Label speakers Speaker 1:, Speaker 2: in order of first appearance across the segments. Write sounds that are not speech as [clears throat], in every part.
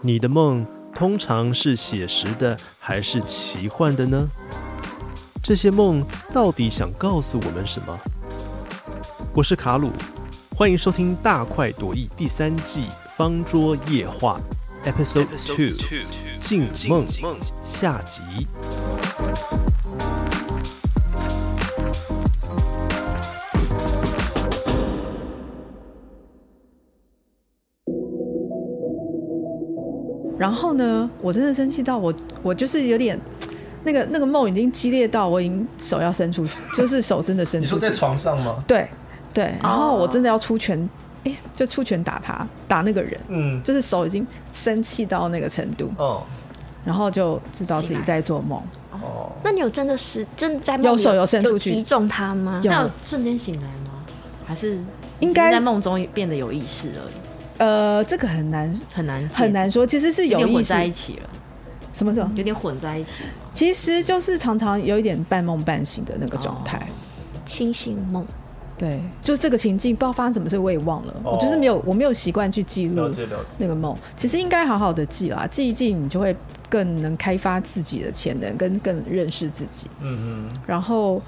Speaker 1: 你的梦通常是写实的还是奇幻的呢？这些梦到底想告诉我们什么？我是卡鲁，欢迎收听《大快朵颐》第三季《方桌夜话》Episode Two《静梦》下集。
Speaker 2: 然后呢，我真的生气到我，我就是有点那个那个梦已经激烈到我已经手要伸出去，就是手真的伸
Speaker 3: 你
Speaker 2: 出
Speaker 3: 说
Speaker 2: 去
Speaker 3: 在，床上吗？
Speaker 2: 对对，然后
Speaker 4: 哦
Speaker 2: 我真的要出拳，哎、就出拳打他，打那个人，
Speaker 3: 嗯，
Speaker 2: 就是手已经生气到那个程度，
Speaker 3: 哦
Speaker 2: 然后就知道自己在做梦，
Speaker 3: 哦，
Speaker 4: 那你有真的是真的在梦里
Speaker 2: 有手有伸出去
Speaker 4: 击中他吗？
Speaker 2: 有
Speaker 5: 那有瞬间醒来吗？还是
Speaker 2: 应该
Speaker 5: 只是在梦中变得有意识而已，
Speaker 2: 呃，这个很难
Speaker 5: 很难
Speaker 2: 很难说，其实是
Speaker 5: 有
Speaker 2: 有
Speaker 5: 点
Speaker 2: 意
Speaker 5: 混
Speaker 2: 识，
Speaker 5: 在一起了，
Speaker 2: 什么时候？
Speaker 5: 有点混在一起了。
Speaker 2: 其实就是常常有一点半梦半醒的那个状态。
Speaker 3: 哦
Speaker 4: 清醒梦，
Speaker 2: 对，就这个情境，不知道发生什么事，我也忘了。
Speaker 3: 哦
Speaker 2: 我就是没有，我没有习惯去记
Speaker 3: 了
Speaker 2: 录
Speaker 3: 解了解。
Speaker 2: 那个梦。其实应该好好的记啦，记一记，你就会更能开发自己的潜能，跟更认识自己。
Speaker 3: 嗯嗯，
Speaker 2: 然后，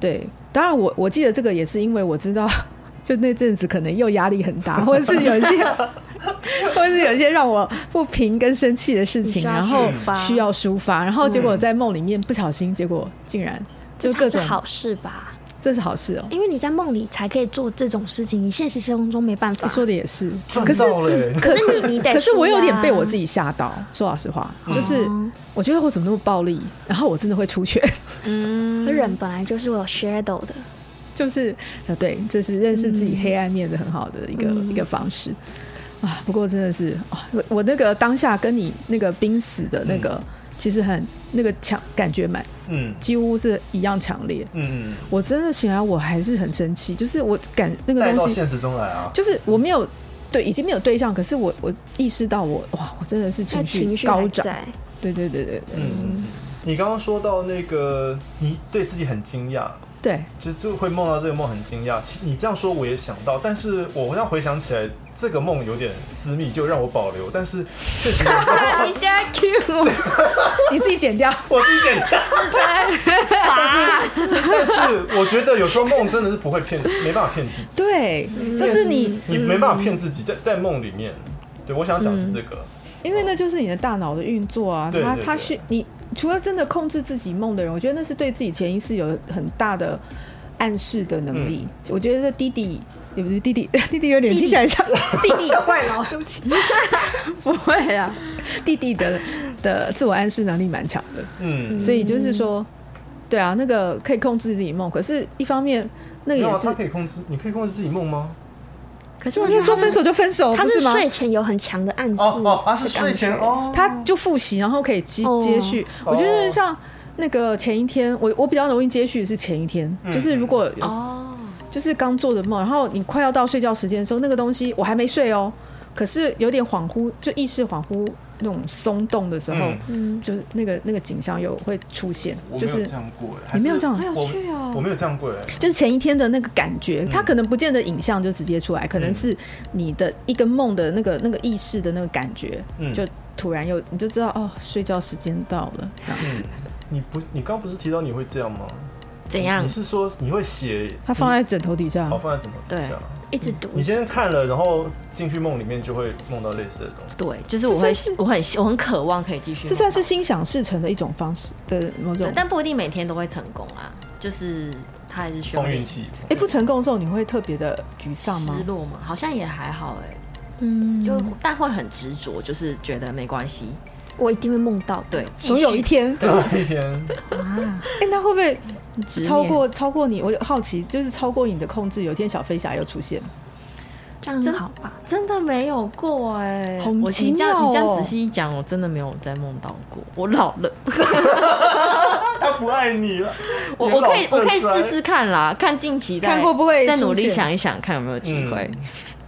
Speaker 2: 对，当然我我记得这个也是因为我知道， [laughs] 就那阵子可能又压力很大，或者是有一
Speaker 3: [laughs]
Speaker 2: 些，或者是有一些让我不平跟生气的事
Speaker 4: 你
Speaker 2: 情，
Speaker 4: 需要
Speaker 2: 然后
Speaker 4: 抒发
Speaker 2: 需要抒发，然后结
Speaker 3: 嗯
Speaker 2: 果在梦里面不小心，结果竟然就各
Speaker 4: 这才
Speaker 2: 种
Speaker 4: 是好事吧？
Speaker 2: 这是好事哦。
Speaker 4: 因为你在梦里才可以做这种事情，你现实生活中没办法
Speaker 2: 你。说的也是，
Speaker 3: 赚
Speaker 2: 可是
Speaker 3: 到了耶，
Speaker 4: 可是你你得，啊
Speaker 2: 可是我有点被我自，己吓到，说老实话，就是
Speaker 4: 嗯
Speaker 2: 我觉得我怎么那么暴力，然后我真的会出拳， [laughs]
Speaker 4: 可人本来就是我有 shadow 的，
Speaker 2: 就是呃，对，这是认识自己黑暗面的很好的一个、
Speaker 4: 嗯
Speaker 2: 一个方式啊。不过真的是，啊我我那个当下跟你那个濒死的那
Speaker 4: 嗯
Speaker 2: 个，其实很那个强感觉蛮
Speaker 3: 嗯
Speaker 2: 几乎是一样强烈。
Speaker 3: 嗯，
Speaker 2: 我真的醒来，我还是很生气，就是我感那个
Speaker 3: 带到
Speaker 2: 东西
Speaker 3: 现实中来啊，
Speaker 2: 就是我没有对，已经没有对象，可是我我意识到我哇，我真的是
Speaker 4: 那
Speaker 2: 情
Speaker 4: 情绪
Speaker 2: 绪
Speaker 4: 还
Speaker 2: 高涨，
Speaker 4: 在，
Speaker 2: 对对对对对、
Speaker 3: 嗯嗯嗯。你刚刚说到那个，你对自己很惊讶，
Speaker 4: [laughs]
Speaker 2: 对，
Speaker 3: 就是就会梦到这个梦很惊讶。其你这样说我也想到，但是我要回想起来，这个梦有点私密，就让我保留。但是确实有时候
Speaker 4: 你现在 Q 我，
Speaker 2: 你自己剪掉。
Speaker 3: 我自己简单，但是但是我觉得有时候梦真的是不会骗，没办法骗自己。
Speaker 2: 对，
Speaker 4: 嗯
Speaker 2: 就是你，
Speaker 3: 你没办法骗自己，在在梦里面，对我想讲
Speaker 2: 嗯
Speaker 3: 的是这个，
Speaker 2: 因为那就是你的大脑的运作啊，
Speaker 3: 对
Speaker 2: 它
Speaker 3: 对
Speaker 2: 它
Speaker 3: 对
Speaker 2: 是你除了真的控制自己梦的人，我觉得那是对自己潜意识有很大的暗示的能
Speaker 3: 嗯
Speaker 2: 力。我觉得弟弟也不是弟 [laughs] 弟，弟弟有点听起来 [laughs] 像弟弟的外劳，对不 [laughs] 起，
Speaker 5: 不会啦，
Speaker 2: 弟弟的的自我暗示能力蛮强的。
Speaker 3: 嗯，
Speaker 2: 所以就是说，对啊，那个可以控制自己梦，可是一方面那
Speaker 3: 没
Speaker 2: 个
Speaker 3: 有
Speaker 2: 也
Speaker 3: 啊，
Speaker 2: 是
Speaker 3: 他，可以控制，你可以控制自己梦吗？
Speaker 4: 可是
Speaker 2: 就
Speaker 4: 我
Speaker 2: 是
Speaker 4: 就
Speaker 2: 说分手就分手，
Speaker 4: 他
Speaker 2: 不
Speaker 4: 是
Speaker 2: 吗？
Speaker 4: 睡前有很强的暗示，
Speaker 3: 哦哦，他是睡前
Speaker 4: 感觉，
Speaker 3: 哦，
Speaker 2: 他就复习，然后可以接
Speaker 4: 哦
Speaker 2: 接续。
Speaker 3: 哦
Speaker 2: 我觉得像那个前一天，我我比较容易接续是前一天，
Speaker 3: 嗯
Speaker 2: 就是如果有
Speaker 5: 哦，
Speaker 2: 就是刚做的梦，然后你快要到睡觉时间的时候，那个东西我还没睡哦，可是有点恍惚，就意识恍惚那种松动的时候，
Speaker 3: 嗯
Speaker 4: 嗯，
Speaker 2: 就是那个那个景象又会出现，
Speaker 3: 我没
Speaker 2: 就
Speaker 3: 有
Speaker 2: 是
Speaker 3: 这样过耶，欸还
Speaker 2: 你
Speaker 3: 是
Speaker 2: 没有这样
Speaker 5: 好
Speaker 6: 哎
Speaker 5: 有
Speaker 3: 我
Speaker 5: 趣
Speaker 6: 啊
Speaker 5: 哦
Speaker 3: 我没有这样过耶，欸
Speaker 2: 就是前一天的那个感觉，
Speaker 3: 嗯
Speaker 2: 它可能不见得影像就直接出来，可能是你的一个梦的那个那个意识的那个感觉，
Speaker 3: 嗯
Speaker 2: 就突然又你就知道哦，睡觉时间到了，这样。
Speaker 3: 嗯，你不，你刚刚不是提到你会这样吗？
Speaker 5: 怎样
Speaker 2: 嗯
Speaker 3: 你？是说你会写嗯
Speaker 2: 它放在枕头底下，
Speaker 3: 好放在枕头底下
Speaker 5: 对？
Speaker 4: 一直读，
Speaker 3: 你先看了，然后进去梦里面就会梦到类似的东西。
Speaker 5: 对，就是我会，我很我很渴望可以继续梦，
Speaker 2: 这算是心想事成的一种方式的某种
Speaker 5: 对，。但不一定每天都会成功啊，就是他还是需要
Speaker 3: 碰运
Speaker 5: 点
Speaker 3: 气，
Speaker 2: 哎，不成功的时候你会特别的沮丧吗
Speaker 5: 失？落嘛，好像也还好哎，
Speaker 4: 嗯，
Speaker 5: 就但会很执着，就是觉得没关系，
Speaker 4: 我一定会梦到，
Speaker 5: 对，，继续
Speaker 2: 总有一天，对。
Speaker 3: 总有一天，
Speaker 2: 哎，那会不会
Speaker 5: 执念
Speaker 2: 超过超过你？我就好奇，就是超过你的控制，有一天小飞侠又出现，
Speaker 4: 这样很好
Speaker 6: 啊
Speaker 4: 吧？
Speaker 5: 真的没有过哎、
Speaker 2: 欸好
Speaker 5: 我你
Speaker 2: 奇
Speaker 5: 这样你
Speaker 2: 妙
Speaker 5: 这
Speaker 2: 哦
Speaker 5: 样仔细一讲，我真的没有再梦到过。我老了，
Speaker 3: [laughs] 他不爱你了。
Speaker 5: 我
Speaker 3: 你
Speaker 5: 我可以
Speaker 3: 老色
Speaker 5: 我可以
Speaker 3: 衰
Speaker 5: 试试看啦，看近期再
Speaker 2: 看会不会
Speaker 5: 再努
Speaker 2: 出
Speaker 5: 力
Speaker 2: 现
Speaker 5: 想一想，看有没有机会。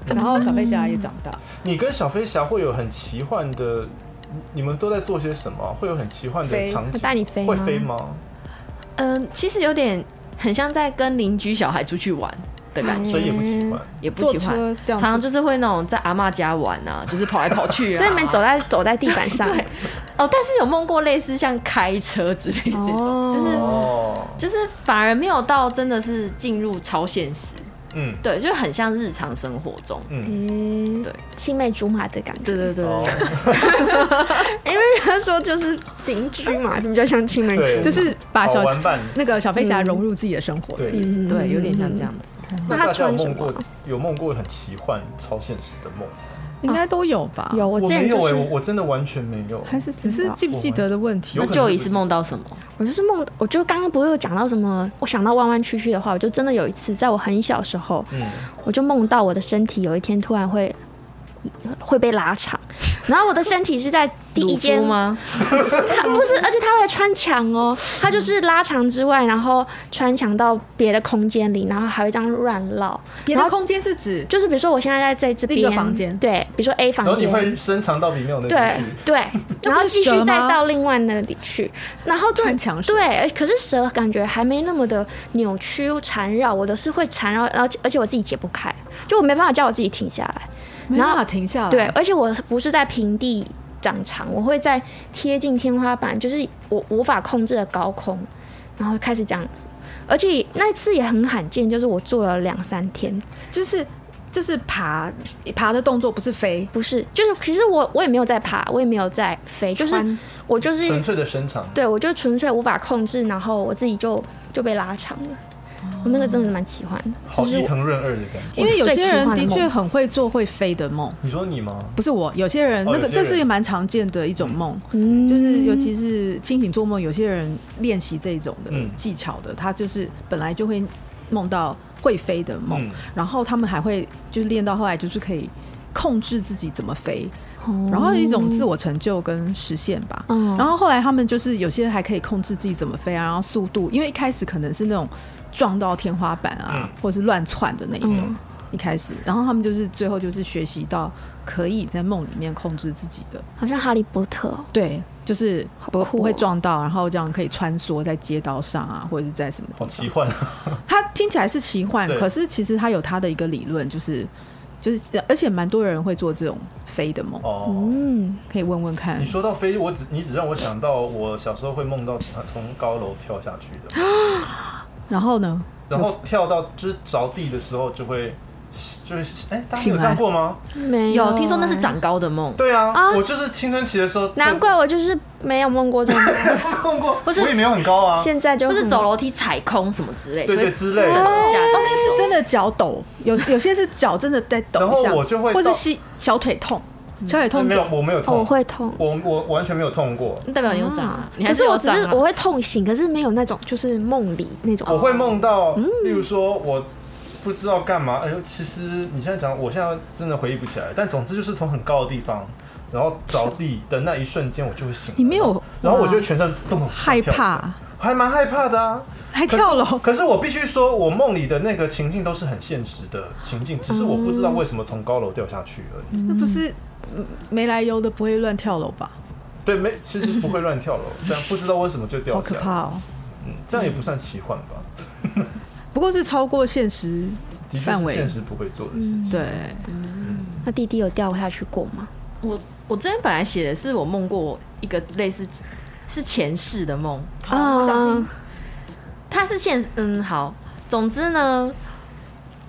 Speaker 2: 然后小飞侠也长大。
Speaker 5: 嗯
Speaker 3: 你跟小飞侠会有很奇幻的，你你们都在做些什么？会有很奇幻的
Speaker 2: 飞
Speaker 3: 场景？
Speaker 4: 会带你飞
Speaker 3: 会
Speaker 4: 吗
Speaker 3: 飞吗？
Speaker 5: 嗯嗯、其实有点很像在跟邻居小孩出去玩，的感觉，
Speaker 3: 所以也不喜欢。
Speaker 5: 也不
Speaker 2: 啊坐
Speaker 5: 喜欢。
Speaker 2: 车这
Speaker 5: 常常
Speaker 2: 样子，
Speaker 5: 就是会那种在阿嬷家玩 [laughs] 啊，就是跑来跑去啊。
Speaker 6: 所以你们走在走在地板上，
Speaker 5: 对哦，但是有梦过类似像开车之类这种，
Speaker 6: 哦
Speaker 3: 哦，
Speaker 5: [laughs] 就是就是反而没有到真的是进入超现实，
Speaker 3: 嗯
Speaker 5: 对，就很像日常生活中。
Speaker 3: 嗯，
Speaker 6: 嗯，
Speaker 5: 对，
Speaker 6: 青梅竹马的感觉。
Speaker 5: 对对对
Speaker 3: 哦
Speaker 5: 对，
Speaker 6: [laughs] 因为他说就是邻居嘛，比较像青梅竹马。
Speaker 3: 对
Speaker 2: 就是把
Speaker 3: 好
Speaker 2: 小
Speaker 3: 玩伴。
Speaker 2: 那个小飞侠融入自己的生活的
Speaker 3: 对
Speaker 2: 意思。
Speaker 6: 嗯
Speaker 5: 对，有点像这样子。
Speaker 6: 那
Speaker 3: 大家
Speaker 6: 他
Speaker 3: 有
Speaker 6: 穿什
Speaker 3: 梦过
Speaker 6: 么？
Speaker 3: 有梦过很奇幻、超现实的梦？
Speaker 2: 应该都有吧？
Speaker 6: 啊有，我之
Speaker 3: 没
Speaker 6: 前
Speaker 3: 有
Speaker 6: 就
Speaker 3: 哎、
Speaker 6: 是
Speaker 3: 我我真的完全没有。
Speaker 2: 还是只是记不记得的问题
Speaker 3: 有
Speaker 5: 那
Speaker 3: 可能
Speaker 5: 就一
Speaker 3: 就是
Speaker 5: 是梦到什么？
Speaker 6: 我就是梦，我就刚刚不是有讲到什么？我想到弯弯曲曲的话，我就真的有一次，在我很小的时候，
Speaker 3: 嗯，
Speaker 6: 我就梦到我的身体有一天突然会会被拉长，然后我的身体是在第一间
Speaker 5: 乳夫？吗？
Speaker 6: 它不是，而且它会穿墙哦，它就是拉长之外，然后穿墙到别的空间里，然后还会这样乱绕。
Speaker 2: 别
Speaker 6: 然
Speaker 2: 的
Speaker 6: 后
Speaker 2: 空间是指
Speaker 6: 就是比如说我现在在这
Speaker 2: 另一个
Speaker 6: 边
Speaker 2: 房间
Speaker 6: 对，比如说 A
Speaker 3: 然后
Speaker 6: 房
Speaker 3: 你
Speaker 6: 间，
Speaker 3: 会伸长到比没有那个
Speaker 6: 对
Speaker 3: 去。
Speaker 6: 对，然后继续
Speaker 2: 那不是蛇
Speaker 6: 再
Speaker 2: 吗
Speaker 6: 到另外那里去，然后就
Speaker 2: 穿墙是
Speaker 6: 对，可是蛇感觉还没那么的扭曲缠绕，我的是会缠绕，而且而且我自己解不开，就我没办法叫我自己停下来。
Speaker 2: 没办法停
Speaker 5: 嗯
Speaker 2: 下来。
Speaker 6: 对，，而且我不是在平地长长，我会在贴近天花板，就是我无法控制的高空，然后开始这样子。而且那次也很罕见，就是我做了两三天，
Speaker 2: 就是就是爬爬的动作不是飞，
Speaker 6: 不是，就是其实我我也没有在爬，我也没有在飞，就是
Speaker 2: 穿
Speaker 6: 我就是
Speaker 3: 纯粹的伸长，
Speaker 6: 对我就纯粹无法控制，然后我自己就就被拉长了。我那个真的蛮喜欢的，
Speaker 3: 好
Speaker 6: 就是
Speaker 3: 伊
Speaker 6: 我
Speaker 3: 藤润二的感觉。
Speaker 2: 因为有
Speaker 6: 最
Speaker 2: 些
Speaker 6: 奇
Speaker 2: 人
Speaker 6: 幻的
Speaker 2: 的
Speaker 6: 梦
Speaker 2: 确很会做会飞的梦。
Speaker 3: 你说你吗？
Speaker 2: 不是我，有些人
Speaker 3: 哦
Speaker 2: 那个
Speaker 3: 有些人
Speaker 2: 这是蛮常见的一种梦，
Speaker 6: 嗯
Speaker 2: 就是尤其是清醒做梦，有些人练习这种的
Speaker 3: 嗯
Speaker 2: 技巧的，他就是本来就会梦到会飞的梦，
Speaker 3: 嗯
Speaker 2: 然后他们还会就是练到后来就是可以控制自己怎么飞，
Speaker 6: 哦
Speaker 2: 然后一种自我成就跟实现吧。
Speaker 6: 嗯
Speaker 2: 然后后来他们就是有些人还可以控制自己怎么飞啊，然后速度，因为一开始可能是那种撞到天花板啊，
Speaker 3: 嗯
Speaker 2: 或者是乱窜的那一种。
Speaker 6: 嗯
Speaker 2: 一开始，然后他们就是最后就是学习到可以在梦里面控制自己的，
Speaker 6: 好像哈利波特哦、
Speaker 2: 对，就是
Speaker 6: 好
Speaker 2: 不
Speaker 6: 酷
Speaker 2: 不会
Speaker 6: 哦
Speaker 2: 撞到，然后这样可以穿梭在街道上啊，或者是在什么地
Speaker 3: 好
Speaker 2: 方。
Speaker 3: 奇幻啊！
Speaker 2: 它听起来是奇幻，
Speaker 3: 对
Speaker 2: 可是其实它有它的一个理论，就是就是，而且蛮多人会做这种飞的梦，
Speaker 3: 哦。
Speaker 6: 嗯，
Speaker 2: 可以问问看
Speaker 3: 你。说到飞，我只你只让我想到我小时候会梦到呃从高楼跳下去
Speaker 6: [laughs]
Speaker 3: 的，
Speaker 2: 然后呢？
Speaker 3: 然后跳到就是着地的时候就会就是哎，大家
Speaker 2: 醒
Speaker 3: 有
Speaker 2: 来
Speaker 3: 这样过吗？
Speaker 6: 没
Speaker 5: 有啊听说那
Speaker 6: 欸
Speaker 5: 是长高的梦，
Speaker 3: 对啊，
Speaker 6: 啊
Speaker 3: 我就是青春期的时候，
Speaker 6: 难怪我就是没有梦过这种，
Speaker 3: [laughs] 梦过，
Speaker 6: 不是
Speaker 3: 我也没有很高啊，
Speaker 6: 现在就
Speaker 5: 或是
Speaker 6: 很
Speaker 5: 走楼梯踩空什么之类，
Speaker 3: 对
Speaker 5: 就会
Speaker 3: 对之类
Speaker 5: 下
Speaker 3: 的。
Speaker 5: 到哦那
Speaker 2: 哦是真的脚抖， [laughs] 有有些是脚真的在抖嗯哎一下，
Speaker 3: 然后我就会
Speaker 2: 或是
Speaker 3: 到
Speaker 2: 膝小腿痛，小腿痛
Speaker 3: 没有
Speaker 2: 就，
Speaker 3: 我没有
Speaker 6: 哦，我
Speaker 3: 痛，
Speaker 6: 会痛。
Speaker 3: 我我完全没有痛过。
Speaker 5: 代表你有长啊，你还
Speaker 6: 可是
Speaker 5: 有
Speaker 6: 我只
Speaker 5: 长
Speaker 6: 是
Speaker 5: 啊
Speaker 6: 我会痛醒，可是没有那种就是梦里那种。
Speaker 2: 哦
Speaker 3: 我会梦到，
Speaker 2: 嗯
Speaker 3: 例如说我不知道干嘛，哎呦，其实你现在讲，我现在真的回忆不起来，但总之就是从很高的地方，然后着地的那一瞬间，我就会醒。
Speaker 2: 你没有
Speaker 3: 然后我就会全身动动
Speaker 2: 害
Speaker 3: 跳起来，
Speaker 2: 怕，
Speaker 3: 还蛮害怕的啊。
Speaker 2: 还跳楼。
Speaker 3: 可是我必须说，我梦里的那个情境都是很现实的情境，只是我不知道为什么从高楼掉下去而已。
Speaker 2: 那不是嗯没来由的不会乱跳楼吧？
Speaker 3: 对，没，其实不会乱
Speaker 2: [laughs]
Speaker 3: 跳楼，但不知道为什么就掉
Speaker 2: 好
Speaker 3: 下
Speaker 2: 可
Speaker 3: 来。
Speaker 2: 怕哦！
Speaker 3: 嗯，这样也不算奇幻吧？
Speaker 2: 不过是超过现实
Speaker 3: 的确
Speaker 2: 范
Speaker 3: 是
Speaker 2: 围嗯
Speaker 3: 现实不会做的事情。
Speaker 2: 对，
Speaker 6: 嗯那弟弟有掉下去过吗？
Speaker 5: 我我这边本来写的是我梦过一个类似是前世的梦，哦我想听
Speaker 6: 啊，
Speaker 5: 它是现嗯好，总之呢，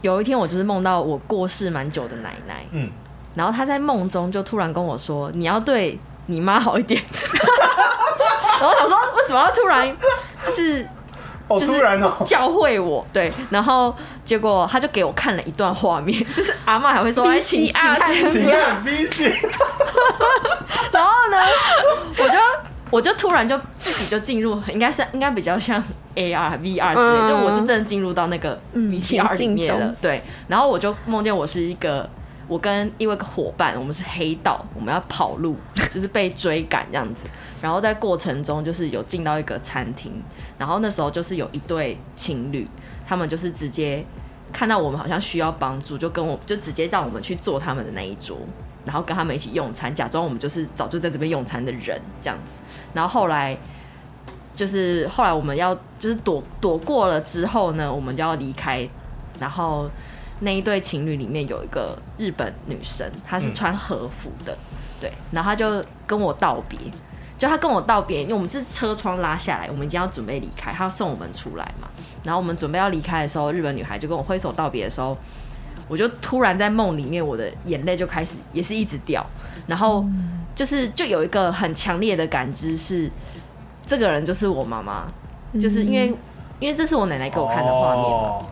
Speaker 5: 有一天我就是梦到我过世蛮久的奶奶，
Speaker 3: 嗯，
Speaker 5: 然后她在梦中就突然跟我说：“你要对你妈好一点。” [laughs] 然后我想说为什么要突然就是
Speaker 3: 哦，
Speaker 5: 就是
Speaker 3: 突然哦，
Speaker 5: 教会我，对，然后结果他就给我看了一段画面， [laughs] 就是阿嬷还会说
Speaker 6: B
Speaker 5: 哎，
Speaker 6: 型
Speaker 5: 请啊，
Speaker 6: 请看
Speaker 5: 请
Speaker 3: [laughs] 请看 V C。
Speaker 5: 然后呢，我就我就突然就自己就进入，应该是应该比较像 AR、VR 之类，
Speaker 6: 嗯
Speaker 5: 就我就真的进入到那个
Speaker 2: 嗯
Speaker 5: VR
Speaker 6: 情
Speaker 5: 里
Speaker 6: 境
Speaker 5: 面了。
Speaker 6: 中
Speaker 5: 对，然后我就梦见我是一个。我跟因为一个伙伴，我们是黑道，我们要跑
Speaker 6: [laughs]
Speaker 5: 路，就是被追赶这样子。然后在过程中，就是有进到一个餐厅，然后那时候就是有一对情侣，他们就是直接看到我们好像需要帮助，就跟我就直接让我们去坐他们的那一桌，然后跟他们一起用餐，假装我们就是早就在这边用餐的人这样子。然后后来就是后来我们要就是躲躲过了之后呢，我们就要离开然后那一对情侣里面有一个日本女生，她是穿和服的，对，然后她就跟我道别，就她跟我道别，因为我们是车窗拉下来，我们已经要准备离开，她要送我们出来嘛，然后我们准备要离开的时候，日本女孩就跟我挥手道别的时候，我就突然在梦里面，我的眼泪就开始也是一直掉，然后就是就有一个很强烈的感知是，这个人就是我妈妈，就是因为因为这是我奶奶给我看的画面嘛，
Speaker 3: 哦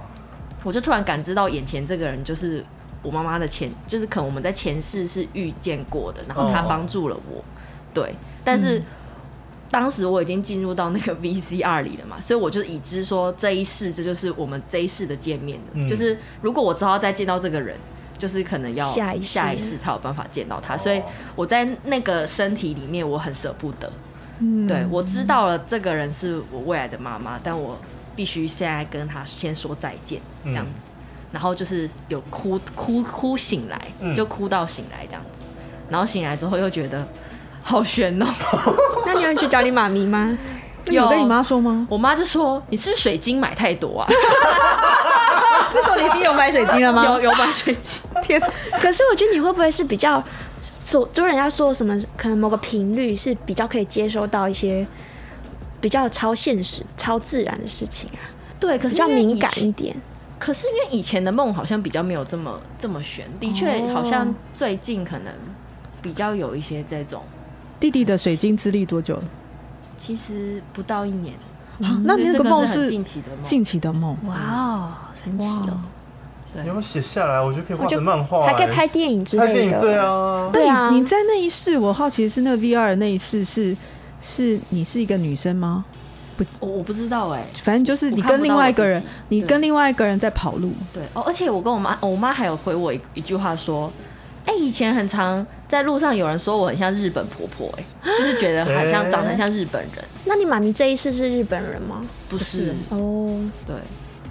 Speaker 5: 我就突然感知到眼前这个人就是我妈妈的前，就是可能我们在前世是遇见过的，然后他
Speaker 3: 哦
Speaker 5: 帮助了我，对，但
Speaker 6: 嗯
Speaker 5: 是。当时我已经进入到那个 VCR 里了嘛，所以我就已知说这一世这就是我们这一世的见面了。
Speaker 3: 嗯
Speaker 5: 就是如果我之后再见到这个人，就是可能要
Speaker 6: 下一世
Speaker 5: 下一世才有办法见到他，
Speaker 3: 哦
Speaker 5: 啊所以我在那个身体里面我很舍不得。对我知道了这个人是我未来的妈妈，但我必须现在跟他先说再见，这样子。然后就是有哭哭哭醒来，
Speaker 3: 嗯
Speaker 5: 就哭到醒来这样子。然后醒来之后又觉得好悬哦， [laughs]
Speaker 6: 那你要去找你妈咪吗？
Speaker 2: 那你有跟你妈说吗？
Speaker 5: 我妈就说你是不是水晶买太多啊，
Speaker 2: 那时候你已经有买水晶了吗？
Speaker 5: [laughs] 有有买水晶。
Speaker 2: 天，
Speaker 6: 可是我觉得你会不会是比较所，就人家说什么，可能某个频率是比较可以接收到一些比较超现实、超自然的事情啊，
Speaker 5: 对，可
Speaker 6: 比
Speaker 5: 是
Speaker 6: 较
Speaker 5: 因为以
Speaker 6: 敏感
Speaker 5: 前
Speaker 6: 一点。
Speaker 5: 可是因为以前的梦好像比较没有这么这么悬，的确
Speaker 6: 哦
Speaker 5: 好像最近可能比较有一些这种，
Speaker 2: 弟弟的水晶之历多久了？
Speaker 5: 其实不到一年。嗯
Speaker 2: 啊那
Speaker 5: 所以
Speaker 2: 那
Speaker 5: 这
Speaker 2: 个
Speaker 5: 个
Speaker 2: 梦
Speaker 5: 是很
Speaker 2: 是
Speaker 5: 近期的梦
Speaker 2: 近期的梦，
Speaker 6: 哇哦，神奇哦！
Speaker 5: 对
Speaker 3: 你要不要写下来，我觉得可以画
Speaker 6: 我就
Speaker 3: 成漫画、
Speaker 6: 还可以
Speaker 3: 哎
Speaker 6: 拍电影之
Speaker 3: 拍电
Speaker 6: 类
Speaker 3: 影，
Speaker 6: 的。
Speaker 3: 对啊，
Speaker 6: 对啊
Speaker 2: 那你你在那一世，我好奇的是那个 VR 的那一世是是你是一个女生吗？
Speaker 5: 我我不知道哎、
Speaker 2: 反正就是你
Speaker 5: 我看
Speaker 2: 跟
Speaker 5: 不
Speaker 2: 另
Speaker 5: 到
Speaker 2: 外
Speaker 5: 我
Speaker 2: 一个
Speaker 5: 自
Speaker 2: 人
Speaker 5: 己，
Speaker 2: 你
Speaker 5: 对
Speaker 2: 跟另外一个人在跑路，
Speaker 5: 对哦，而且我跟我妈，我妈还有回我一一句话说，哎、以前很常在路上有人说我很像日本婆婆、
Speaker 2: [gasps]
Speaker 5: 哎，就是觉得好像
Speaker 3: 哎
Speaker 5: 长得很像日本人，
Speaker 6: 那你妈咪这一世是日本人吗？
Speaker 5: 不是
Speaker 2: 是
Speaker 6: 哦，
Speaker 5: 对。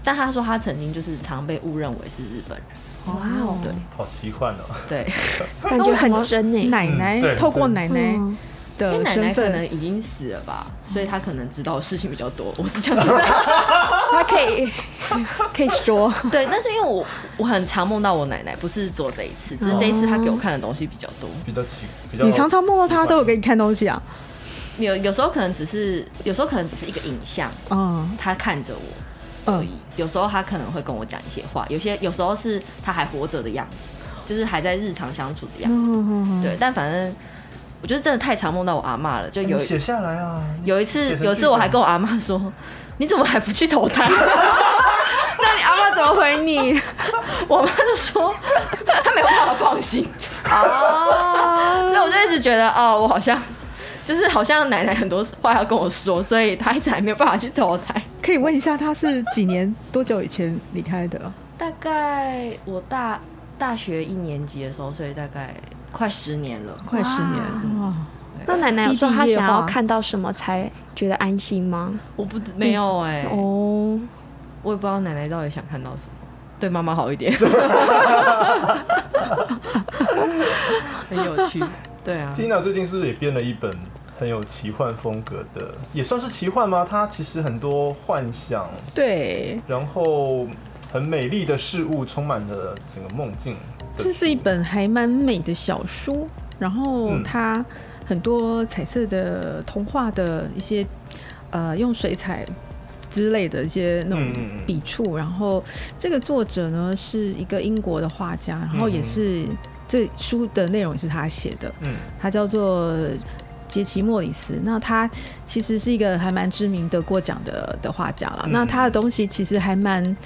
Speaker 5: 但她说她曾经就是常被误认为是日本人，
Speaker 6: 哇哦，
Speaker 5: 对
Speaker 3: 好奇幻哦。
Speaker 2: [laughs]
Speaker 5: 对，
Speaker 6: 感觉很真欸呢。
Speaker 2: 奶
Speaker 3: 嗯
Speaker 2: 奶
Speaker 3: 对
Speaker 2: 透过
Speaker 3: 对
Speaker 2: 奶奶
Speaker 6: 嗯，
Speaker 5: 因
Speaker 2: 的
Speaker 5: 为奶奶
Speaker 2: 呃身
Speaker 5: 可
Speaker 2: 份
Speaker 5: 能，已经死了吧，所以她可能知道的事情比较多，我
Speaker 2: [laughs]
Speaker 5: 是这样子。
Speaker 6: 她可以可以说，
Speaker 5: [laughs] 对，但是因为我我很常梦到我奶奶，不是做这一次，只是这一次她给我看的东西比较多。
Speaker 3: 比较奇，比较
Speaker 2: 你常常梦到他都有给你看东西啊，
Speaker 5: 有有时候可能只是，有时候可能只是一个影像，
Speaker 2: 嗯
Speaker 5: 她看着我，
Speaker 2: 嗯，
Speaker 5: 有时候她可能会跟我讲一些话，有些有时候是她还活着的样子，就是还在日常相处的样子。对，但反正我觉得真的太常梦到我阿嬷了，就有
Speaker 3: 你写下来啊。
Speaker 5: 有一次
Speaker 3: 写
Speaker 5: [laughs]
Speaker 3: 成
Speaker 5: 有一
Speaker 3: 剧
Speaker 5: 次
Speaker 3: 本
Speaker 5: 我还跟我阿嬷说，你怎么还不去投 [laughs] 胎？
Speaker 6: 那你阿妈怎么回你？
Speaker 5: [laughs] 我妈就说她没有办法放心，
Speaker 6: 哦，
Speaker 5: [laughs] 所以我就一直觉得哦，我好像就是好像奶奶很多话要跟我说，所以她一直还没有办法去投胎。
Speaker 2: 可以问一下他是几年多久以前离开的？
Speaker 5: 大概我大大学一年级的时候，所以大概快十年了。
Speaker 2: 快十年哇！
Speaker 6: 那奶奶有说她想
Speaker 2: 弟弟
Speaker 6: 要
Speaker 2: 夜话
Speaker 6: 看到什么才觉得安心吗？
Speaker 5: 我不知没有哎、
Speaker 6: 哦，
Speaker 5: 我也不知道奶奶到底想看到什么。对妈妈好
Speaker 2: [laughs]
Speaker 5: 一点，很有趣。对啊，
Speaker 3: Tina 最近是不是也编了一本很有奇幻风格的，也算是奇幻吗？它其实很多幻想，
Speaker 2: 对，
Speaker 3: 然后很美丽的事物，充满了整个梦境的。
Speaker 2: 这是一本还蛮美的小书，然后
Speaker 3: 嗯
Speaker 2: 它很多彩色的童话的一些呃用水彩之类的一些那种
Speaker 3: 嗯嗯嗯
Speaker 2: 笔触，然后这个作者呢是一个英国的画家，然后也
Speaker 3: 嗯
Speaker 2: 是、这书的内容也是他写的，
Speaker 3: 嗯，
Speaker 2: 他叫做杰奇·莫里斯。那他其实是一个还蛮知名得过奖的的画家了。
Speaker 3: 嗯
Speaker 2: 那他的东西其实还蛮呃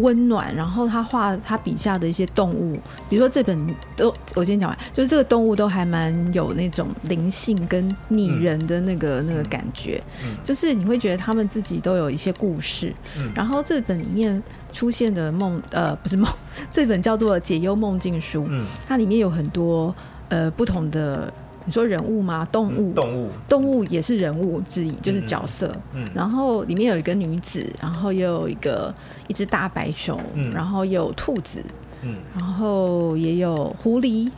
Speaker 2: 温暖，然后他画他笔下的一些动物，比如说这本都我先讲完，就是这个动物都还蛮有那种灵性跟拟人的那个、那个感觉，
Speaker 3: 嗯
Speaker 2: 就是你会觉得他们自己都有一些故事。
Speaker 3: 嗯
Speaker 2: 然后这本里面出现的梦，呃，不是梦， [laughs] 这本叫做《解忧梦境书》。
Speaker 3: 嗯，
Speaker 2: 它里面有很多呃不同的，你说人物吗？动物，
Speaker 3: 嗯动物，
Speaker 2: 动物也是人物之一，就是角色。
Speaker 3: 嗯，
Speaker 2: 然后里面有一个女子，然后也有一个一只大白熊，
Speaker 3: 嗯
Speaker 2: 然后也有兔子，
Speaker 3: 嗯
Speaker 2: 然后也有狐狸，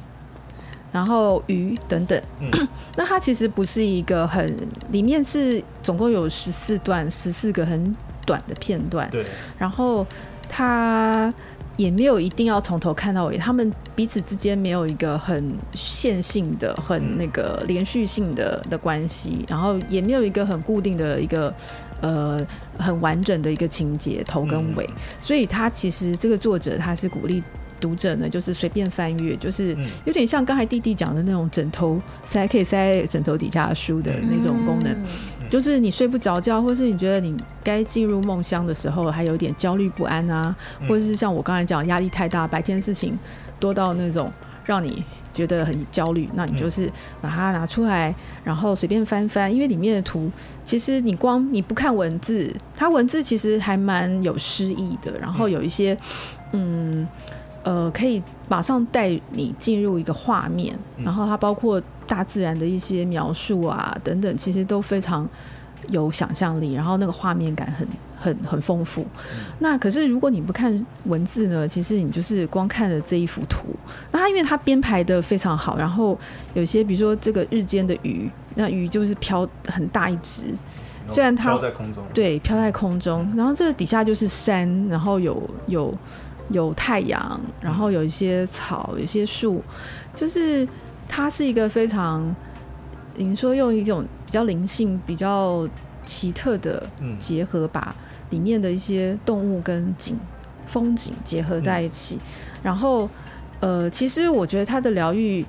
Speaker 2: 然后鱼等等。
Speaker 3: 嗯
Speaker 2: [clears throat] 那它其实不是一个很，里面是总共有十四段，十四个很短的片段。
Speaker 3: 对，
Speaker 2: 然后他也没有一定要从头看到尾，他们彼此之间没有一个很线性的、很那个连续性的的关系，然后也没有一个很固定的一个呃很完整的一个情节头跟尾，所以他其实这个作者他是鼓励。读者呢，就是随便翻阅，就是
Speaker 3: 嗯
Speaker 2: 有点像刚才弟弟讲的那种枕头塞可以塞在枕头底下的书的那种
Speaker 6: 嗯
Speaker 2: 功能，就是你睡不着觉，或是你觉得你该进入梦乡的时候，还有点焦虑不安啊，
Speaker 3: 嗯
Speaker 2: 或者是像我刚才讲压力太大，白天事情多到那种让你觉得很焦虑，那你就是把它拿出来，然后随便翻翻，因为里面的图其实你光你不看文字，它文字其实还蛮有诗意的，然后有一些嗯呃可以马上带你进入一个画面，
Speaker 3: 嗯
Speaker 2: 然后它包括大自然的一些描述啊等等，其实都非常有想象力，然后那个画面感很很很丰富。那可是如果你不看文字呢，其实你就是光看了这一幅图。那它因为它编排的非常好，然后有些比如说这个日间的鱼，那鱼就是飘很大一只，虽然它
Speaker 3: 飘在空中，，
Speaker 2: 对，飘在空中。然后这个底下就是山，然后有有有太阳，然后有一些草，有一些树，就是它是一个非常，您说用一种比较灵性、比较奇特的
Speaker 3: 嗯
Speaker 2: 结合，把里面的一些动物跟景、风景结合在一起。然后，呃，其实我觉得它的疗愈。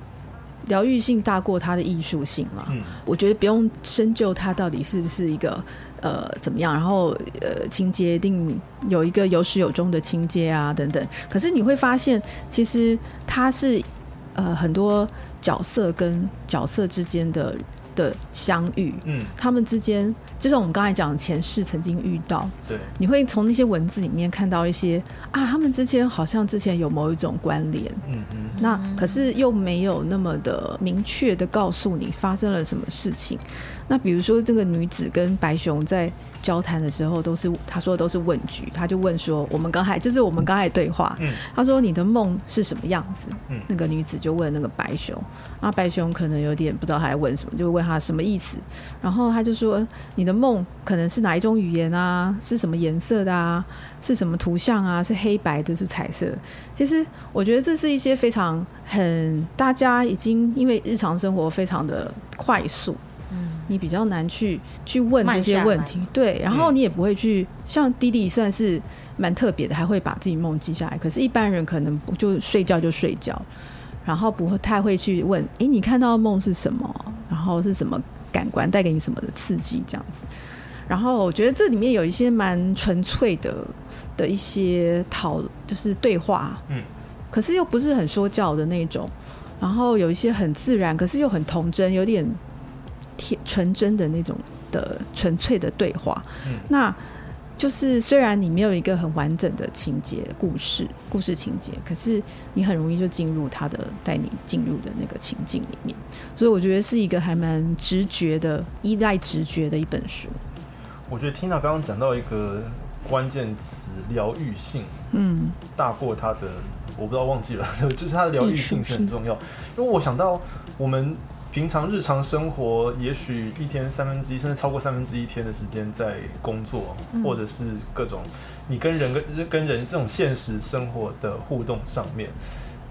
Speaker 2: 疗愈性大过它的艺术性了，
Speaker 3: 嗯
Speaker 2: 我觉得不用深究它到底是不是一个呃怎么样，然后呃情节一定有一个有始有终的情节啊等等。可是你会发现，其实它是呃很多角色跟角色之间的的相遇，
Speaker 3: 嗯，
Speaker 2: 他们之间就像我们刚才讲的前世曾经遇到，
Speaker 3: 对，
Speaker 2: 你会从那些文字里面看到一些啊，他们之间好像之前有某一种关联，
Speaker 3: 嗯嗯
Speaker 2: 那可是又没有那么的明确的告诉你发生了什么事情。那比如说，这个女子跟白熊在交谈的时候，都是她说的都是问句，她就问说：“我们刚才就是我们刚才对话，
Speaker 3: 嗯
Speaker 2: 她说你的梦是什么样子？”
Speaker 3: 嗯
Speaker 2: 那个女子就问那个白熊，啊，白熊可能有点不知道她在问什么，就问她什么意思。然后她就说：“你的梦可能是哪一种语言啊？是什么颜色的啊？是什么图像啊？是黑白的，是彩色的？”其实我觉得这是一些非常很大家已经因为日常生活非常的快速，
Speaker 5: 嗯，
Speaker 2: 你比较难去去问这
Speaker 5: 慢
Speaker 2: 些
Speaker 5: 下来
Speaker 2: 问题，对，然后你也不会去、像弟弟算是蛮特别的，还会把自己梦记下来。可是，一般人可能不就睡觉就睡觉，然后不会太会去问，诶，你看到的梦是什么？然后是什么感官带给你什么的刺激？这样子。然后我觉得这里面有一些蛮纯粹的的一些讨，就是对话，
Speaker 3: 嗯，
Speaker 2: 可是又不是很说教的那种，然后有一些很自然，可是又很童真，有点天纯真的那种的纯粹的对话。
Speaker 3: 嗯
Speaker 2: 那就是虽然你没有一个很完整的情节故事故事情节，可是你很容易就进入他的带你进入的那个情境里面，所以我觉得是一个还蛮直觉的，依赖直觉的一本书。
Speaker 3: 我觉得 Tina 刚刚讲到一个关键词“疗愈性”，
Speaker 2: 嗯
Speaker 3: 大过它的，我不知道忘记了， [laughs] 就是它的疗愈性是很重要。因为我想到我们平常日常生活，也许一天三分之一，甚至超过三分之一天的时间在工作，或者是各种你跟人跟跟人这种现实生活的互动上面。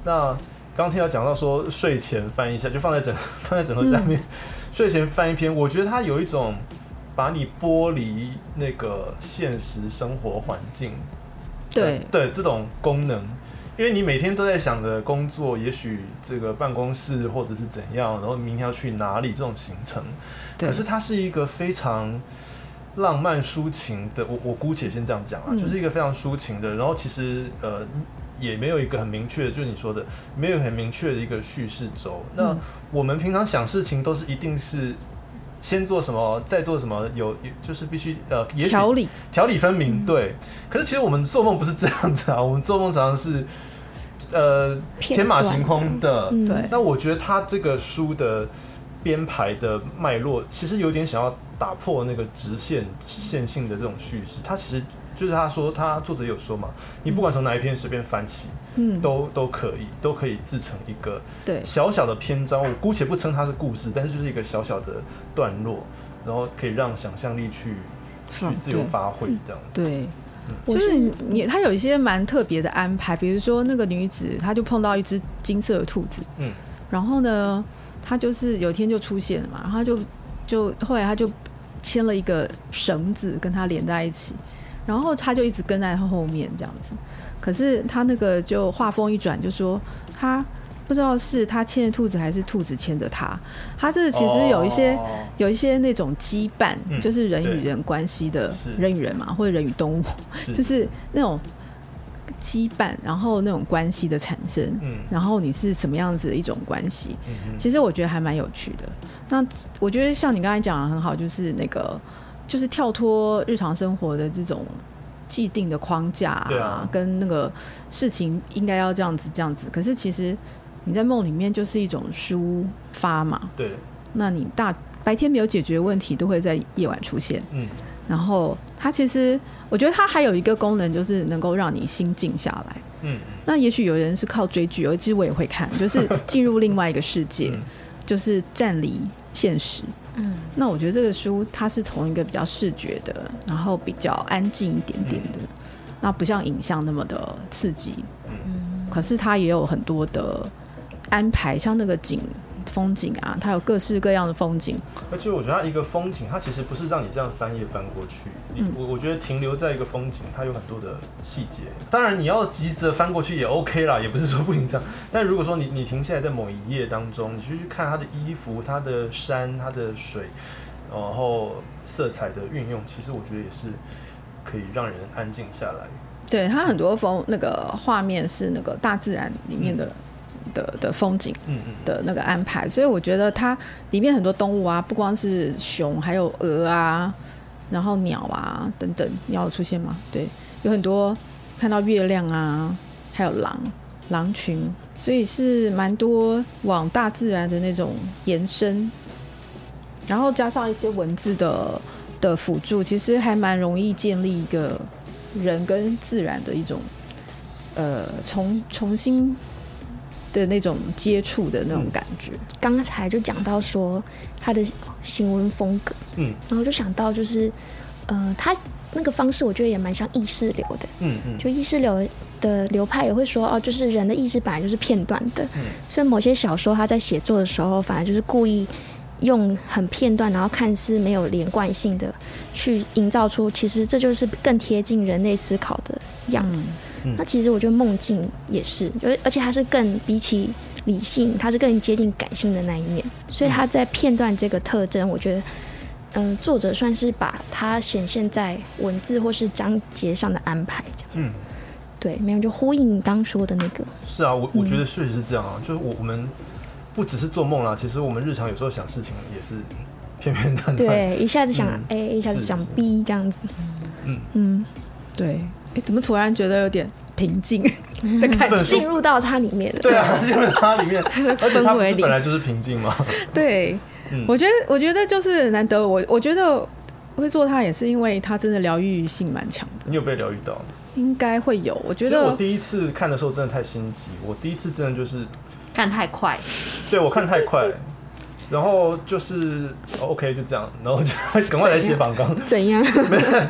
Speaker 3: 那刚刚听到讲到说睡前翻一下，就放在枕 [laughs] 放在枕头下面，睡前翻一篇，我觉得它有一种把你剥离那个现实生活环境
Speaker 2: 对
Speaker 3: 对这种功能，因为你每天都在想着工作，也许这个办公室或者是怎样，然后明天要去哪里这种行程，
Speaker 2: 对
Speaker 3: 可是它是一个非常浪漫抒情的，我我姑且先这样讲啊，
Speaker 2: 嗯
Speaker 3: 就是一个非常抒情的，然后其实呃也没有一个很明确的，就是你说的没有很明确的一个叙事轴。那
Speaker 2: 嗯
Speaker 3: 我们平常想事情都是一定是。先做什么，再做什么，有有就是必须呃，也许
Speaker 2: 条理
Speaker 3: 条理分
Speaker 6: 嗯
Speaker 3: 明，对。可是其实我们做梦不是这样子啊，我们做梦常常是呃
Speaker 6: 片
Speaker 3: 天马
Speaker 6: 段
Speaker 3: 行空的。
Speaker 6: 嗯
Speaker 2: 对
Speaker 3: 那我觉得他这个书的编排的脉络，其实有点想要打破那个直线线性的这种叙事。他其实就是他说，他作者有说嘛，你不管从哪一篇随便翻起，
Speaker 2: 嗯，
Speaker 3: 都都可以，都可以自成一个
Speaker 2: 对
Speaker 3: 小小的篇章，我姑且不称它是故事，但是就是一个小小的段落，然后可以让想象力去去
Speaker 2: 放
Speaker 3: 自由
Speaker 2: 对
Speaker 3: 发挥，这样。
Speaker 2: 对，
Speaker 6: 我
Speaker 2: 就是
Speaker 6: 是
Speaker 2: 你，他有一些蛮特别的安排，比如说那个女子，她就碰到一只金色的兔子，
Speaker 3: 嗯，
Speaker 2: 然后呢，她就是有一天就出现了嘛，然后她就就后来她就牵了一个绳子跟她连在一起，然后她就一直跟在她后面这样子，可是她那个就话锋一转，就说她不知道是她牵着兔子还是兔子牵着她，她这其实有一些。
Speaker 3: 哦
Speaker 2: 有一些那种羁绊，
Speaker 3: 嗯
Speaker 2: 就是人与人关系的
Speaker 3: 对是
Speaker 2: 人与人嘛，或者人与动物，
Speaker 3: 是
Speaker 2: 就是那种羁绊，然后那种关系的产生，
Speaker 3: 嗯
Speaker 2: 然后你是什么样子的一种关系，
Speaker 3: 嗯嗯
Speaker 2: 其实我觉得还蛮有趣的。那我觉得像你刚才讲的很好，就是那个就是跳脱日常生活的这种既定的框架
Speaker 3: 对啊
Speaker 2: 跟那个事情应该要这样子这样子，可是其实你在梦里面就是一种抒发嘛，
Speaker 3: 对，
Speaker 2: 那你大白天没有解决问题，都会在夜晚出现。
Speaker 3: 嗯
Speaker 2: 然后它其实，我觉得它还有一个功能，就是能够让你心静下来。
Speaker 3: 嗯
Speaker 2: 那也许有人是靠追剧，而其实我也会看，就是
Speaker 3: [laughs]
Speaker 2: 进入另外一个世界，
Speaker 3: 嗯
Speaker 2: 就是站离现实。
Speaker 4: 嗯，
Speaker 2: 那我觉得这个书它是从一个比较视觉的，然后比较安静一点点
Speaker 3: 嗯
Speaker 2: 的，那不像影像那么的刺激。
Speaker 3: 嗯
Speaker 2: 可是它也有很多的安排，像那个景风景啊，它有各式各样的风景。
Speaker 3: 而且我觉得它一个风景，它其实不是让你这样翻页翻过去。你
Speaker 2: 嗯
Speaker 3: 我我觉得停留在一个风景，它有很多的细节。当然你要急着翻过去也 OK 啦，也不是说不行这样。但如果说你你停下来在某一页当中，你去看它的衣服、它的山、它的水，然后色彩的运用，其实我觉得也是可以让人安静下来。
Speaker 2: 对，它很多风那个画面是那个大自然里面的、的的风景
Speaker 3: 嗯嗯，
Speaker 2: 的那个安排，所以我觉得它里面很多动物啊，不光是熊，还有鹅啊，然后鸟啊等等，鸟有出现吗？对，有很多看到月亮啊，还有狼狼群，所以是蛮多往大自然的那种延伸，然后加上一些文字的的辅助，其实还蛮容易建立一个人跟自然的一种呃重重新的那种接触的那种感觉。
Speaker 6: 刚才就讲到说他的行文风格，
Speaker 3: 嗯
Speaker 6: 然后就想到就是，呃，他那个方式我觉得也蛮像意识流的，
Speaker 3: 嗯嗯，
Speaker 6: 就意识流的流派也会说哦，就是人的意识本来就是片段的，
Speaker 3: 嗯
Speaker 6: 所以某些小说他在写作的时候，反而就是故意用很片段，然后看似没有连贯性的去营造出，其实这就是更贴近人类思考的样子。
Speaker 3: 嗯嗯
Speaker 6: 那其实我觉得梦境也是，就是而且它是更比起理性，它是更接近感性的那一面，所以它在片段这个特征，我觉得。嗯、作者算是把它显现在文字或是章节上的安排，这样
Speaker 3: 嗯。
Speaker 6: 对，没有就呼应你刚说的那个，
Speaker 3: 是啊，我我
Speaker 6: 嗯
Speaker 3: 觉得确实是这样啊，就是我我们不只是做梦啦，其实我们日常有时候想事情也是偏偏 [laughs] 淡淡。，
Speaker 6: 对，一下子想
Speaker 3: 嗯
Speaker 6: A，、一下子
Speaker 3: 是
Speaker 6: 想
Speaker 3: 是
Speaker 6: B
Speaker 3: [laughs]
Speaker 6: 这样子，
Speaker 3: 嗯
Speaker 6: 嗯，
Speaker 2: 对，哎，怎么突然觉得有点平
Speaker 3: [laughs]
Speaker 2: 静？
Speaker 3: 这本
Speaker 6: 进
Speaker 3: 书
Speaker 6: 入到它里面了。
Speaker 3: 对啊，进入它里
Speaker 6: [laughs]
Speaker 3: 面，而且它不
Speaker 6: 氛围
Speaker 3: 是
Speaker 6: 里
Speaker 3: 本来就是平静嘛。 [laughs]
Speaker 2: 对，
Speaker 3: 嗯
Speaker 2: 我觉得，我觉得就是难得我，我觉得会做它也是因为它真的疗愈性蛮强的，
Speaker 3: 你有被疗愈到？
Speaker 2: 应该会有。我觉
Speaker 3: 其实我
Speaker 2: 得
Speaker 3: 第一次看的时候真的太心急，我第一次真的就是
Speaker 5: 看太快，
Speaker 3: 对我看太快，
Speaker 6: [laughs]
Speaker 3: 然后就是、哦 OK 就这样，然后就 [laughs] 赶快来写访纲。[laughs]
Speaker 6: 怎样？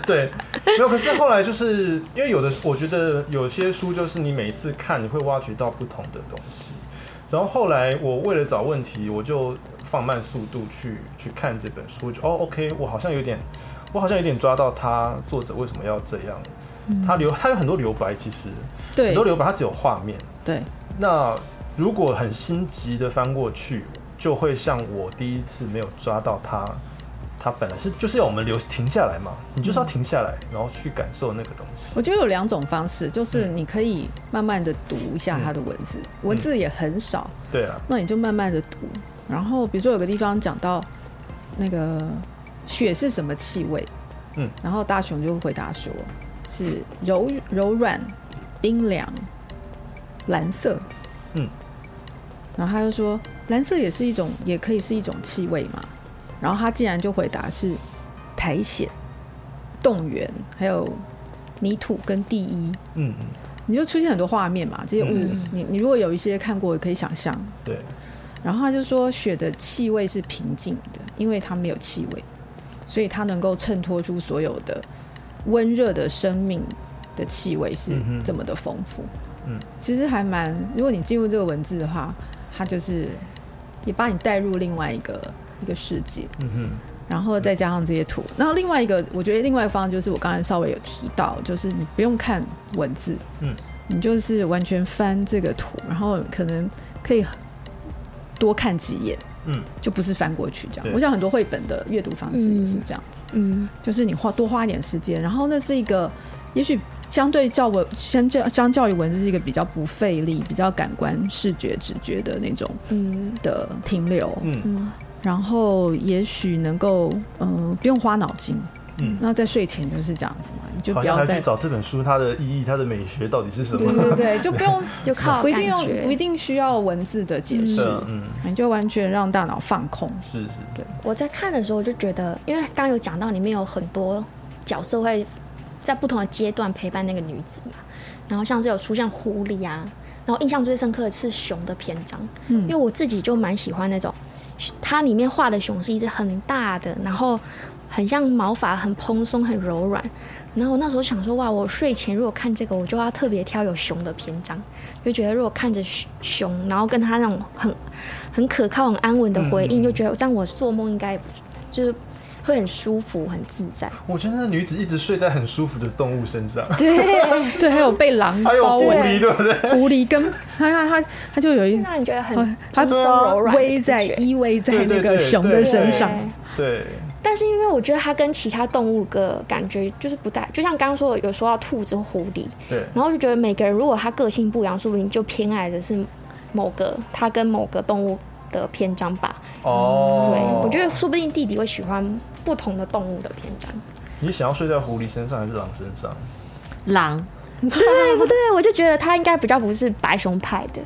Speaker 3: 对，没有。可是后来就是因为有的，我觉得有些书就是你每一次看，你会挖掘到不同的东西。然后后来我为了找问题，我就放慢速度去去看这本书，就哦，OK，我好像有点，我好像有点抓到他作者为什么要这样。他留他有很多留白，其实
Speaker 2: 对
Speaker 3: 很多留白，他只有画面。
Speaker 2: 对，
Speaker 3: 那如果很心急的翻过去，就会像我第一次没有抓到它，它本来是就是要我们留停下来嘛，你就是要停下来，然后去感受那个东西。
Speaker 2: 我觉得有两种方式，就是
Speaker 3: 嗯
Speaker 2: 你可以慢慢的读一下它的文字，文字也很少，
Speaker 3: 对啊，
Speaker 2: 那你就慢慢的读。然后比如说有个地方讲到那个雪是什么气味，
Speaker 3: 嗯，
Speaker 2: 然后大雄就回答说是柔柔软、冰凉、蓝色，
Speaker 3: 嗯，
Speaker 2: 然后他就说蓝色也是一种，也可以是一种气味嘛。然后他竟然就回答是苔藓、动员，还有泥土跟地衣。
Speaker 3: 嗯，嗯
Speaker 2: 你就出现很多画面嘛，这些物，你你如果有一些看过，可以想象。
Speaker 3: 对，
Speaker 2: 然后他就说，雪的气味是平静的，因为它没有气味，所以它能够衬托出所有的温热的生命的气味是
Speaker 3: 嗯哼
Speaker 2: 这么的丰富。
Speaker 3: 嗯
Speaker 2: 其实还蛮，如果你进入这个文字的话，它就是也把你带入另外一个一个世界，
Speaker 3: 嗯哼，
Speaker 2: 然后再加上这些图。然后另外一个，我觉得另外一个方向就是我刚才稍微有提到，就是你不用看文字，
Speaker 3: 嗯，
Speaker 2: 你就是完全翻这个图，然后可能可以多看几眼，
Speaker 3: 嗯，
Speaker 2: 就不是翻过去这样
Speaker 3: 对。
Speaker 2: 我想很多绘本的阅读方式也是这样子，
Speaker 6: 嗯，
Speaker 2: 就是你花多花一点时间，然后那是一个，也许相对较文相较相较于文字是一个比较不费力、比较感官视觉直觉的那种
Speaker 6: 嗯
Speaker 2: 的停留，
Speaker 3: 嗯
Speaker 2: 然后也许能够嗯、不用花脑筋，
Speaker 3: 嗯，
Speaker 2: 那在睡前就是这样子嘛，你就
Speaker 3: 好
Speaker 2: 不
Speaker 3: 像
Speaker 2: 要
Speaker 3: 还
Speaker 2: 再
Speaker 3: 去找这本书它的意义、它的美学到底是什
Speaker 2: 对
Speaker 3: [laughs] 么？
Speaker 2: 对对，就不用
Speaker 6: 就靠
Speaker 2: 不一定
Speaker 6: 感
Speaker 2: 要不一
Speaker 6: 觉。
Speaker 2: 定需要文字的解释，
Speaker 3: 嗯嗯，
Speaker 2: 你就完全让大脑放空。
Speaker 3: 是是，
Speaker 6: 我在看的时候，我就觉得，因为刚刚有讲到里面有很多角色会在不同的阶段陪伴那个女子嘛，然后像是有出现狐狸啊，然后印象最深刻的是熊的篇章，
Speaker 2: 嗯
Speaker 6: 因为我自己就蛮喜欢那种，它里面画的熊是一只很大的，然后很像毛发很蓬松很柔软，然后我那时候想说，哇，我睡前如果看这个，我就要特别挑有熊的篇章，就觉得如果看着熊熊，然后跟它那种很很可靠、很安稳的回
Speaker 3: 嗯
Speaker 6: 应，
Speaker 3: 嗯嗯
Speaker 6: 就觉得这样我做梦应该也不就是会很舒服、很自在。
Speaker 3: 我觉得那女子一直睡在很舒服的动物身上，
Speaker 6: 对，
Speaker 2: 对，还有被狼
Speaker 3: 还有
Speaker 2: 包
Speaker 3: 狐狸，
Speaker 2: 围，
Speaker 3: 对不对？
Speaker 2: 狐狸跟它它它它就有 [laughs] 一
Speaker 6: 让人觉得很
Speaker 2: 它
Speaker 6: 蓬松柔软的
Speaker 2: 偎在
Speaker 6: 感觉
Speaker 2: 依偎在那
Speaker 3: 啊对对
Speaker 2: 个
Speaker 3: 对
Speaker 2: 熊的
Speaker 3: 对
Speaker 2: 身上，
Speaker 6: 对
Speaker 3: 对，
Speaker 6: 但是因为我觉得它跟其他动物的感觉就是不大，就像刚刚说有说到兔子、狐狸，
Speaker 3: 对，
Speaker 6: 然后就觉得每个人如果他个性不一样，说不定就偏爱的是某个他跟某个动物的篇章吧。
Speaker 3: 哦，
Speaker 6: 嗯对，我觉得说不定弟弟会喜欢不同的动物的篇章。
Speaker 3: 你想要睡在狐狸身上还是狼身上？
Speaker 5: 狼，
Speaker 6: 对不对？我就觉得他应该比较不是白熊派
Speaker 3: [laughs]
Speaker 6: 的。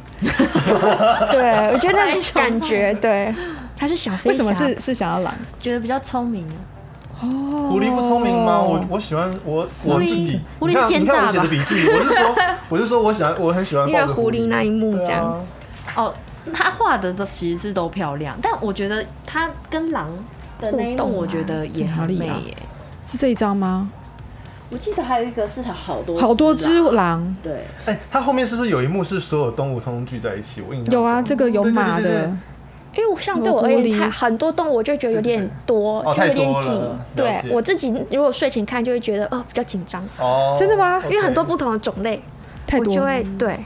Speaker 6: 对，我觉得那感觉，对，他是小飞侠。
Speaker 2: 为什么是是想要狼？
Speaker 5: 觉得比较聪明，
Speaker 3: 狐狸不聪明
Speaker 2: 哦
Speaker 3: 吗？我我喜欢我我自己，
Speaker 5: 狐狸
Speaker 3: 你看
Speaker 5: 狐狸是
Speaker 3: 你看我写
Speaker 5: 奸诈吧
Speaker 3: 的笔记，我
Speaker 6: [laughs]
Speaker 3: 是说我是说我喜欢我很喜欢
Speaker 6: 因为
Speaker 3: 抱着
Speaker 6: 狐狸那一幕
Speaker 3: 对
Speaker 6: 这样？
Speaker 3: 啊，
Speaker 5: 哦，他画的都其实是都漂亮，但我觉得他跟狼的那一
Speaker 6: 互
Speaker 5: 幕，
Speaker 6: 动啊
Speaker 5: 我觉得也很美
Speaker 2: 哪里
Speaker 5: 耶。
Speaker 2: 是这一张吗？
Speaker 5: 我记得还有一个是好多
Speaker 2: 好多只
Speaker 5: 啊，
Speaker 2: 狼，
Speaker 5: 对，
Speaker 3: 哎，它后面是不是有一幕是所有动物通通聚在一起？我印象
Speaker 2: 有啊，
Speaker 3: 中
Speaker 2: 这个有
Speaker 3: 对对对
Speaker 2: 马
Speaker 3: 对
Speaker 2: 的
Speaker 3: 对，
Speaker 6: 因为我像对我而
Speaker 2: 有狐
Speaker 6: 言，
Speaker 2: 狸
Speaker 6: 它很多动物我就觉得有点多，
Speaker 3: 对对对哦
Speaker 6: 就有点
Speaker 3: 太
Speaker 6: 挤
Speaker 3: 多了。
Speaker 6: 对
Speaker 3: 了解
Speaker 6: 我自己如果睡前看，就会觉得哦比较紧张，
Speaker 3: 哦，
Speaker 2: 真的吗
Speaker 3: OK
Speaker 6: 因为很多不同的种类，
Speaker 2: 太
Speaker 6: 我
Speaker 2: 多
Speaker 6: 就
Speaker 2: 了。
Speaker 6: 会对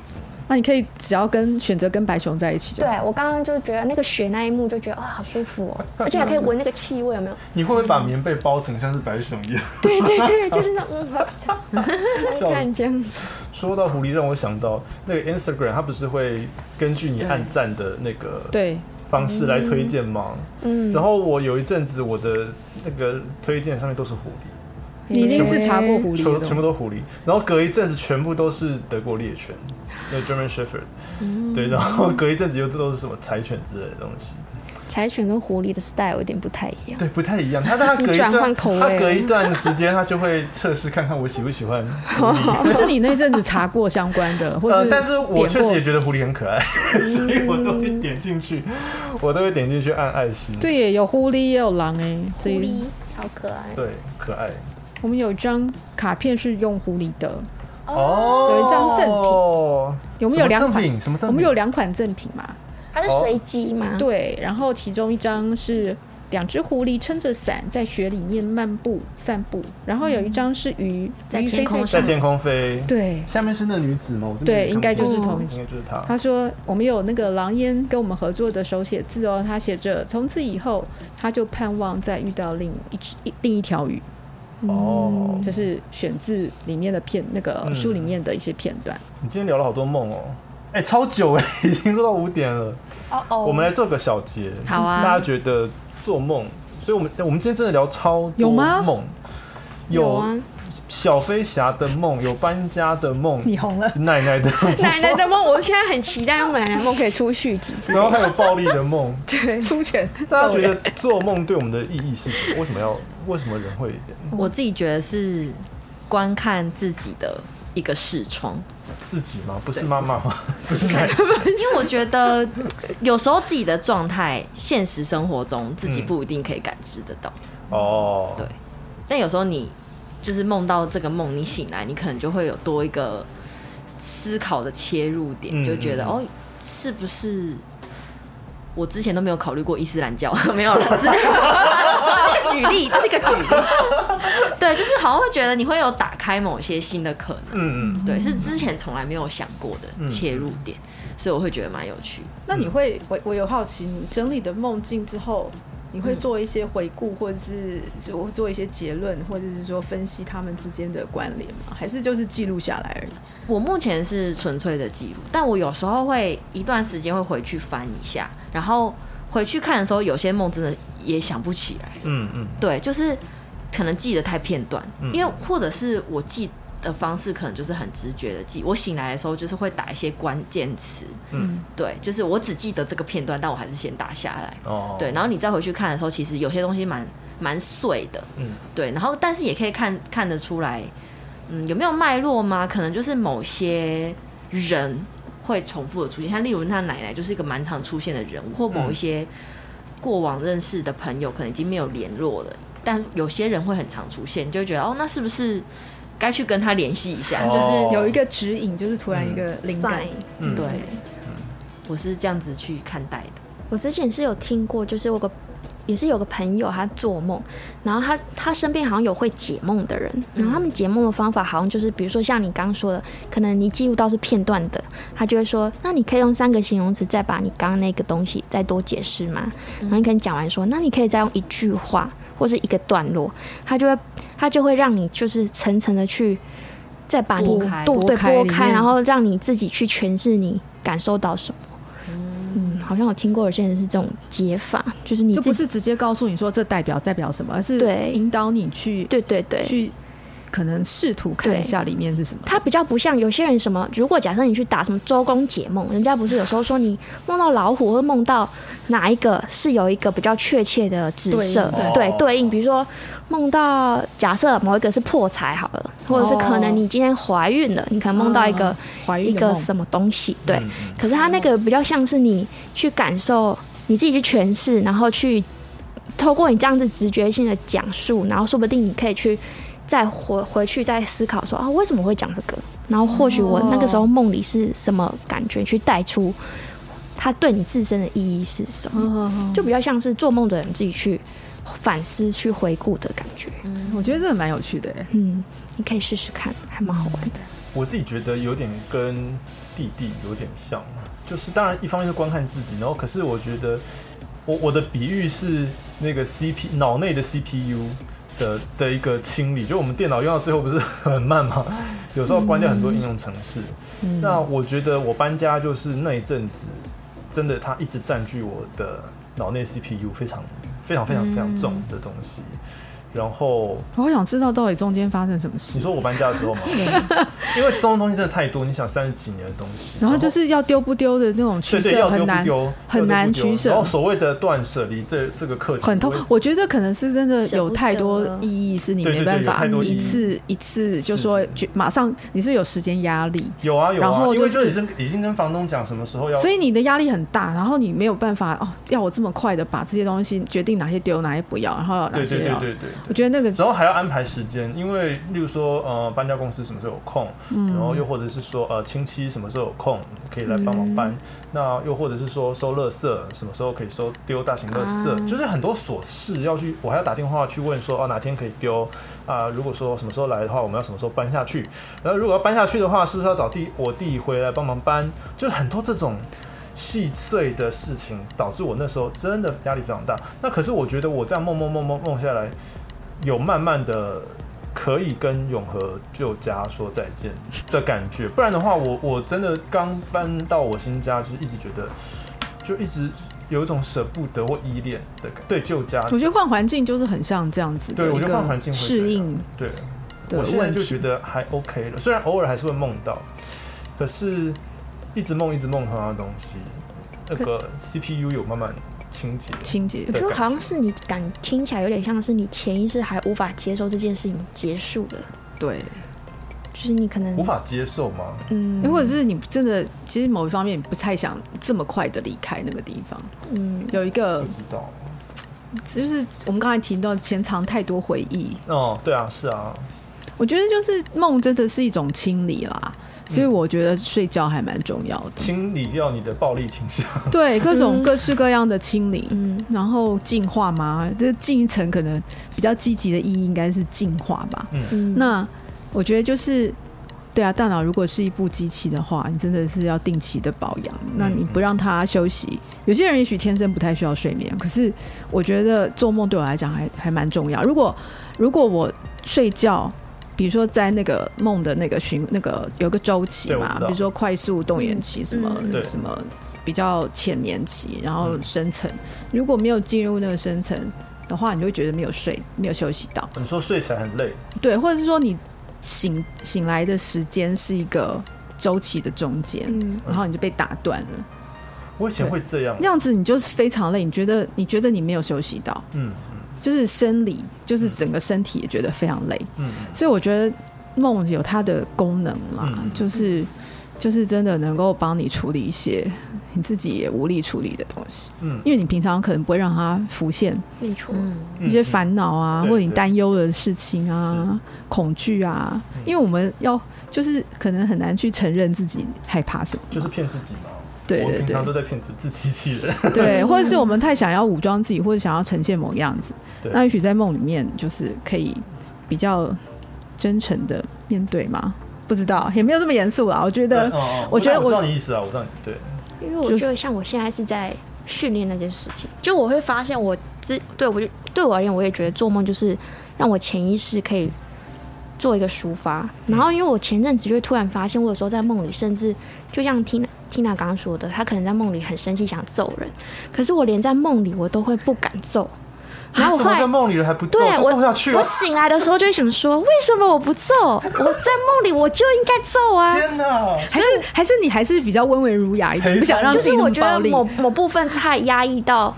Speaker 2: 那你可以只要跟选择跟白熊在一起就
Speaker 6: 对
Speaker 2: 好。。
Speaker 6: 我刚刚就觉得那个雪那一幕就觉得哦好舒服哦，而且还可以闻那个气味，有没有？
Speaker 3: 你会不会把棉被包成像是白熊一样？
Speaker 6: [laughs] 对对对，就是那种嗯，好 [laughs] 看这样子。
Speaker 3: 说到狐狸，让我想到那个 Instagram，它不是会根据你按赞的那个
Speaker 2: 对，
Speaker 3: 方式来推荐吗？
Speaker 6: 嗯
Speaker 3: 然后我有一阵子我的那个推荐上面都是狐狸，
Speaker 2: 你一定是查过狐狸
Speaker 3: 全
Speaker 2: 的
Speaker 3: 部全部都
Speaker 2: 东西。
Speaker 3: 狐狸，然后隔一阵子全部都是德国猎犬，那 German Shepherd，对，
Speaker 2: 嗯
Speaker 3: 然后隔一阵子又都是什么柴犬之类的东西，
Speaker 6: 柴犬跟狐狸的 style 有点不太一样。
Speaker 3: 对，不太一样。
Speaker 2: [laughs]
Speaker 3: 它但它
Speaker 6: 你
Speaker 3: 隔一
Speaker 6: 转换
Speaker 3: 段，
Speaker 6: 口味
Speaker 3: 它隔一段时间，它就会测试看看我喜不喜
Speaker 2: [laughs]
Speaker 3: 欢狐狸。
Speaker 2: 不哦是你那阵子查过相关的，或
Speaker 3: 呃
Speaker 2: 是，
Speaker 3: 但是我
Speaker 2: 点
Speaker 3: 确实
Speaker 2: 过
Speaker 3: 也觉得狐狸很可爱， [laughs] 所以我都会点进去，我都会点进去按爱心。
Speaker 2: 嗯对耶，有狐狸也有狼哎，
Speaker 6: 狐
Speaker 2: 这一
Speaker 6: 狸超可爱。
Speaker 3: 对，可爱。
Speaker 2: 我们有一张卡片是用狐狸的，
Speaker 3: 哦
Speaker 2: 有一张赠品
Speaker 3: 品
Speaker 2: 我们有两
Speaker 3: 赠
Speaker 2: 款
Speaker 3: 哦品，什么赠品？
Speaker 2: 我们有两款赠品嘛？
Speaker 6: 它是随机吗？ [laughs]
Speaker 2: 对，然后其中一张是两只狐狸撑着伞在雪里面漫步散步，然后有一张是鱼，
Speaker 5: 在
Speaker 2: 鱼
Speaker 5: 天
Speaker 2: 飞
Speaker 5: 空
Speaker 2: 上
Speaker 3: 在天空飞。
Speaker 2: 对，
Speaker 3: 下面是那女子吗？我这边
Speaker 2: 对
Speaker 3: 也看不
Speaker 2: 应该
Speaker 3: 清
Speaker 2: 就是
Speaker 3: 楚
Speaker 2: 同一
Speaker 3: 应该就是她。
Speaker 2: 他说：“我们有那个狼烟跟我们合作的手写字哦，他写着：从此以后，他就盼望再遇到另一只一另一条鱼，
Speaker 3: 哦，
Speaker 2: 就是选自里面的片那个
Speaker 3: 嗯
Speaker 2: 书里面的一些片段。
Speaker 3: 你今天聊了好多梦哦。哎、超久哎， [laughs] 已经录到五点了。
Speaker 6: 哦哦，
Speaker 3: 我们来做个小结。
Speaker 5: 好啊
Speaker 3: 大家觉得做梦，所以我们我们今天真的聊超
Speaker 2: 有
Speaker 3: 多
Speaker 2: 吗
Speaker 3: 梦，
Speaker 6: 有啊，
Speaker 3: 小飞侠的梦，有搬家的梦，你红了，奶奶的梦，
Speaker 6: 奶奶的梦，我现在很期待用奶奶梦可以出续集之类
Speaker 3: 然后还
Speaker 6: 的。
Speaker 3: 有暴力的梦。
Speaker 6: 对，
Speaker 2: 出拳，
Speaker 3: 大家觉得做梦对我们的意义是什么？为什么要？为什么人会
Speaker 5: 我自己觉得是观看自己的一个视窗，
Speaker 3: 自己吗？不是妈妈吗？不是奶奶。
Speaker 5: [laughs] 因为我觉得有时候自己的状态，现实生活中自己不一定可以感知得到，
Speaker 3: 哦，
Speaker 5: 对但有时候你就是梦到这个梦，你醒来，你可能就会有多一个思考的切入点，
Speaker 3: 嗯
Speaker 5: 就觉得
Speaker 3: 嗯
Speaker 5: 哦，是不是我之前都没有考虑过伊斯兰教？ [laughs] 没有
Speaker 3: [laughs]
Speaker 5: 了，只是这是个举例，这是个举例。 [laughs] 对，就是好像会觉得你会有打开某些新的可能，
Speaker 3: 嗯嗯，
Speaker 5: 对，是之前从来没有想过的
Speaker 3: 嗯
Speaker 5: 切入点，所以我会觉得蛮有趣。
Speaker 2: 那你会，我我有好奇，你整理的梦境之后，你会做一些回顾，或者是是我会做一些结论，或者是说分析他们之间的关联吗？还是就是记录下来而已？
Speaker 5: 我目前是纯粹的记录，但我有时候会一段时间会回去翻一下，然后回去看的时候，有些梦真的也想不起来。
Speaker 3: 嗯嗯
Speaker 5: 对，就是可能记得太片段，
Speaker 3: 嗯
Speaker 5: 因为或者是我记的方式可能就是很直觉的记。我醒来的时候就是会打一些关键词，
Speaker 3: 嗯，
Speaker 5: 对，就是我只记得这个片段，但我还是先打下来。
Speaker 3: 哦，
Speaker 5: 对，然后你再回去看的时候，其实有些东西蛮蛮碎的，
Speaker 3: 嗯
Speaker 5: 对，然后但是也可以看看得出来，嗯，有没有脉络吗？可能就是某些人会重复的出现，像例如他奶奶就是一个蛮常出现的人物，或某一些过往认识的朋友，可能已经没有联络了，但有些人会很常出现，你就会觉得哦，那是不是该去跟他联系一下？
Speaker 3: 哦
Speaker 2: 有一个指引，就是突然一个灵感。
Speaker 6: sign
Speaker 5: 就是
Speaker 3: 嗯
Speaker 5: 对，我是这样子去看待的。
Speaker 6: 我之前是有听过，就是我有个也是有个朋友，他做梦，然后他他身边好像有会解梦的人，然后他们解梦的方法好像就是，比如说像你刚刚说的，可能你记录到是片段的，他就会说，那你可以用三个形容词再把你刚刚那个东西再多解释吗？
Speaker 2: 嗯
Speaker 6: 然后你可能讲完说，那你可以再用一句话或是一个段落，他就会他就会让你就是层层的去再把你
Speaker 5: 拨开
Speaker 6: 对
Speaker 2: 拨
Speaker 6: 对
Speaker 2: 开
Speaker 6: 拨
Speaker 2: 里
Speaker 6: 开，
Speaker 2: 面
Speaker 6: 然后让你自己去诠释你感受到什么。嗯，好像我听过有些人是这种解法，就是你
Speaker 2: 就不
Speaker 6: 自己
Speaker 2: 是直接告诉你说这代表代表什么，而是
Speaker 6: 对
Speaker 2: 引导你去
Speaker 6: 对对对，
Speaker 2: 去可能试图看一下里面是什么。
Speaker 6: 它比较不像有些人什么，如果假设你去打什么周公解梦，人家不是有时候说你梦到老虎或梦到哪一个是有一个比较确切的指涉，
Speaker 3: 对
Speaker 6: 对对应，比如说梦到假设某一个是破财好了，或者是可能你今天怀孕了，你可能梦到一个、
Speaker 2: 哦啊怀
Speaker 6: 一
Speaker 2: 孕的
Speaker 6: 个
Speaker 2: 梦
Speaker 6: 什么东西，对，
Speaker 3: 嗯嗯
Speaker 6: 可是它那个比较像是你去感受，你自己去诠释，然后去透过你这样子直觉性的讲述，然后说不定你可以去再回回去再思考说啊，为什么我会讲这个？然后或许我那个时候梦里是什么感觉，去带出它对你自身的意义是什么，
Speaker 2: 嗯
Speaker 6: 就比较像是做梦的人自己去反思、去回顾的感觉。
Speaker 2: 嗯我觉得这个蛮有趣的哎。
Speaker 6: 嗯，你可以试试看，还蛮好玩的。
Speaker 3: 我自己觉得有点跟弟弟有点像，就是当然一方面是观看自己，然后可是我觉得我我的比喻是那个 CP 脑内的 CPU 的的一个清理，就我们电脑用到最后不是很慢吗？ [laughs] 有时候关掉很多应用程式。那我觉得我搬家就是那一阵子，真的它一直占据我的脑内 CPU 非常非常非常非常重的东西。然后
Speaker 2: 我好想知道到底中间发生什么事
Speaker 3: 你。说我搬家的时候吗？ [laughs] 因为这种东西真的太多，你想三十几年的东西，
Speaker 2: 然后就是要丢不丢的那种取
Speaker 3: 对对，
Speaker 2: 舍
Speaker 3: 要丢
Speaker 2: 很
Speaker 3: 不
Speaker 2: 难，
Speaker 3: 丢，
Speaker 2: 很难取舍
Speaker 3: 然后所谓的断舍离这这个课题，
Speaker 2: 很痛
Speaker 3: 我。
Speaker 2: 我觉得可能是真的
Speaker 4: 舍不
Speaker 2: 有太多
Speaker 4: 得
Speaker 2: 意义，是你
Speaker 3: 对对
Speaker 2: 没
Speaker 3: 对
Speaker 2: 办
Speaker 3: 有
Speaker 2: 法
Speaker 3: 太多意义
Speaker 2: 一次一次就说
Speaker 3: 是是
Speaker 2: 决马上，你是不是有时间压力，
Speaker 3: 有啊有啊，
Speaker 2: 然后
Speaker 3: 因为
Speaker 2: 就
Speaker 3: 这
Speaker 2: 是
Speaker 3: 已经已经跟房东讲什么时候要，
Speaker 2: 所以你的压力很大，然后你没有办法哦，要我这么快的把这些东西决定哪些丢，哪些不要，然后哪
Speaker 3: 对对
Speaker 2: 些
Speaker 3: 对
Speaker 2: 要。
Speaker 3: 对对。
Speaker 2: 我觉得那个
Speaker 3: 然后还要安排时间，因为例如说，呃，搬家公司什么时候有空，然后又或者是说，呃，亲戚什么时候有空可以来帮忙搬，那又或者是说收垃圾，什么时候可以收丢大型垃圾，就是很多琐事要去，我还要打电话去问说，啊，哪天可以丢啊、如果说什么时候来的话，我们要什么时候搬下去，然后如果要搬下去的话，是不是要找弟我弟回来帮忙搬，就是很多这种。细碎的事情导致我那时候真的压力非常大。那可是我觉得我这样梦梦梦梦梦下来，有慢慢的可以跟永和旧家说再见的感觉，不然的话我，我真的刚搬到我新家，就是一直觉得，就一直有一种舍不得或依恋的感对旧家，
Speaker 2: 我觉得换环境就是很像这样子的
Speaker 3: 对我
Speaker 2: 一
Speaker 3: 觉得换环
Speaker 2: 个
Speaker 3: 境会
Speaker 2: 适应
Speaker 3: 对
Speaker 2: 的
Speaker 3: 我现在
Speaker 2: 问
Speaker 3: 就觉
Speaker 2: 题。
Speaker 3: 得还 OK 了，虽然偶尔还是会梦到，可是一直梦一直梦同样的东西，那个 CPU 有慢慢清洁，
Speaker 2: 清洁
Speaker 6: 我觉得好像是你感听起来有点像是你潜意识还无法接受这件事情结束了，
Speaker 2: 对，
Speaker 6: 就是你可能
Speaker 3: 无法接受吗？
Speaker 6: 嗯，
Speaker 2: 或者是你真的，其实某一方面你不太想这么快的离开那个地方，
Speaker 6: 嗯，
Speaker 2: 有一
Speaker 3: 不
Speaker 2: 个
Speaker 3: 知道。
Speaker 2: 就是我们刚才提到潜藏太多回忆，
Speaker 3: 哦，对啊，是啊，
Speaker 2: 我觉得就是梦真的是一种清理啦，所
Speaker 3: 嗯
Speaker 2: 以我觉得睡觉还蛮重要
Speaker 3: [laughs]
Speaker 2: 的。
Speaker 3: 清理掉你的暴力倾向。
Speaker 2: 对，各种
Speaker 6: 嗯
Speaker 2: 各式各样的清理，
Speaker 6: 嗯，
Speaker 2: 然后进化嘛，这进一层可能比较积极的意义应该是进化吧。
Speaker 6: 嗯
Speaker 2: 那我觉得就是，对啊，大脑如果是一部机器的话，你真的是要定期的保养。
Speaker 3: 嗯
Speaker 2: 那你不让它休息，有些人也许天生不太需要睡眠，可是我觉得做梦对我来讲还还蛮重要。如果如果我睡觉。比如说，在那个梦的那个循那个有个周期
Speaker 3: 对我
Speaker 2: 嘛
Speaker 3: 知，道
Speaker 2: 比如说快速动眼期，什么、
Speaker 6: 嗯
Speaker 3: 对
Speaker 2: 什么比较浅眠期，然后
Speaker 3: 嗯
Speaker 2: 深层。如果没有进入那个深层的话，你就会觉得没有睡，没有休息到。
Speaker 3: 你说睡起来很累，
Speaker 2: 对，或者是说你醒醒来的时间是一个周期的中间，
Speaker 6: 嗯
Speaker 2: 然后你就被打断了，
Speaker 3: 我以前会这样
Speaker 2: 这。样子你就是非常累，你觉得你觉得你没有休息到，
Speaker 3: 嗯
Speaker 2: 就是生理，就是整个身体也觉得非常累，
Speaker 3: 嗯
Speaker 2: 所以我觉得梦有它的功能啦，
Speaker 3: 嗯
Speaker 2: 就是就是真的能够帮你处理一些你自己也无力处理的东西，
Speaker 3: 嗯
Speaker 2: 因为你平常可能不会让它浮现，
Speaker 6: 没错，
Speaker 3: 嗯，
Speaker 2: 一些烦恼啊，
Speaker 3: 对
Speaker 2: 或者你担忧的事情啊、恐惧啊，
Speaker 3: 嗯
Speaker 2: 因为我们要就是可能很难去承认自己害怕什么，
Speaker 3: 就是骗自己嘛。
Speaker 2: 对
Speaker 3: 我
Speaker 2: 对
Speaker 3: 平常都
Speaker 2: 对
Speaker 3: 在骗自自欺欺人。
Speaker 2: 对，或者是我们太想要武装自己，或者想要呈现某个样子，
Speaker 3: 对
Speaker 2: 那也许在梦里面就是可以比较真诚的面对嘛，不知道也没有这么严肃啦，我觉
Speaker 3: 对，
Speaker 2: 得
Speaker 3: [laughs] 嗯嗯
Speaker 2: 我觉得
Speaker 3: 我知道
Speaker 2: 我
Speaker 3: 你意思啊，我知道你对，
Speaker 6: 因为我
Speaker 2: 就
Speaker 6: 觉得像我现在是在训练那件事情，就我会发现我自对我就对我而言，我也觉得做梦就是让我潜意识可以做一个抒发。然后因为我前阵子就会突然发现，我有时候在梦里，甚至就像 Tina Tina 刚刚说的，她可能在梦里很生气想揍人，可是我连在梦里我都会不敢揍。然后我
Speaker 3: 啊怎
Speaker 6: 后
Speaker 3: 么
Speaker 6: 来
Speaker 3: 在梦里了还不
Speaker 6: 对
Speaker 3: 做，
Speaker 6: 我
Speaker 3: 做不下去
Speaker 6: 我
Speaker 3: 啊！
Speaker 6: 醒来的时候就会想说，为什么我不揍？我在梦里我就应该揍啊！
Speaker 3: 天哪！
Speaker 2: 还是还是你还是比较温文儒雅一点，
Speaker 3: 陪
Speaker 2: 不想
Speaker 3: 伴
Speaker 2: 让
Speaker 6: 就
Speaker 2: 自己
Speaker 6: 是
Speaker 2: 那
Speaker 6: 我
Speaker 2: 么
Speaker 6: 觉
Speaker 2: 暴
Speaker 6: 得
Speaker 2: 力。
Speaker 6: 某某部分太压抑到，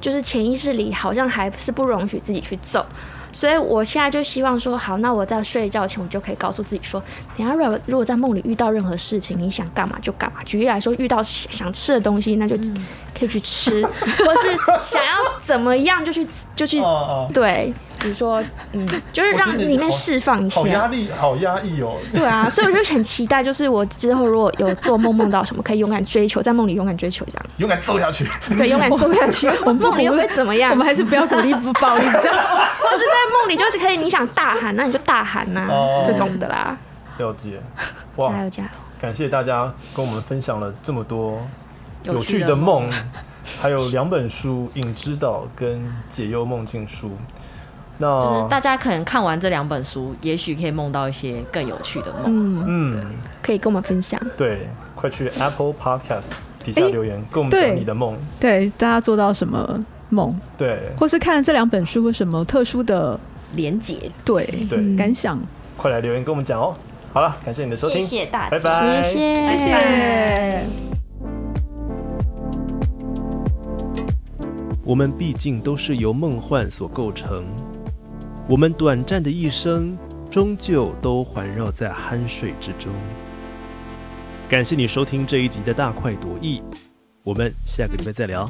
Speaker 6: 就是潜意识里好像还是不容许自己去揍，所以我现在就希望说，好，那我在睡觉前我就可以告诉自己说，等一下如果如果在梦里遇到任何事情，你想干嘛就干嘛。举例来说，遇到想想吃的东西，那就
Speaker 2: 嗯
Speaker 6: 可以去吃，或是想要怎么样就去就去
Speaker 3: 哦哦，
Speaker 6: 对，比
Speaker 2: [laughs]
Speaker 6: 如说嗯，就是
Speaker 3: 我觉得
Speaker 6: 让
Speaker 3: 你
Speaker 6: 里面
Speaker 3: 好
Speaker 6: 释放一下。
Speaker 3: 好压力，好压抑哦。
Speaker 6: 对啊，所以我就很期待，就是我之后如果有做梦梦到什么，可以勇敢追求，在梦里勇敢追求这样。
Speaker 3: 勇敢揍下去， [laughs]
Speaker 6: [laughs] 对，勇敢做下去。 [laughs] 我梦里又会怎么样？
Speaker 2: 我们还是不要鼓励不暴力，这样 [laughs]
Speaker 6: 或者是在梦里就可以，你想大喊，那你就大喊呐、
Speaker 3: 哦
Speaker 6: 这种的啦。
Speaker 3: 了解。哇
Speaker 6: 加，油加油！
Speaker 3: 感谢大家跟我们分享了这么多有
Speaker 5: 有
Speaker 3: 趣
Speaker 5: 趣
Speaker 3: 的
Speaker 5: 的
Speaker 3: 梦 [laughs]
Speaker 5: 梦，
Speaker 3: 还有两本书《影之岛》跟《解忧梦境书》。
Speaker 5: 就
Speaker 3: 那
Speaker 5: 是大家可能看完这两本书，也许可以梦到一些更有趣的梦。
Speaker 6: 嗯，
Speaker 3: 嗯，
Speaker 6: 可以跟我们分享。
Speaker 3: 对，快去 Apple Podcast 底下
Speaker 2: 诶
Speaker 3: 留言，跟我们讲
Speaker 2: 对
Speaker 3: 你的梦。
Speaker 2: 对大家做到什么梦，
Speaker 3: 对
Speaker 2: 或是看这两本书有什么特殊的
Speaker 5: 连结，
Speaker 2: 对
Speaker 3: 对，
Speaker 5: 嗯
Speaker 2: 感想。
Speaker 3: 快来留言跟我们讲哦。好了，感谢你的收听，
Speaker 5: 谢谢大
Speaker 3: 拜
Speaker 5: 家。
Speaker 3: 拜，
Speaker 6: 谢谢，谢
Speaker 2: 谢谢。
Speaker 1: 我们毕竟都是由梦幻所构成，我们短暂的一生终究都环绕在酣睡之中。感谢你收听这一集的大快朵颐，我们下个礼拜再聊。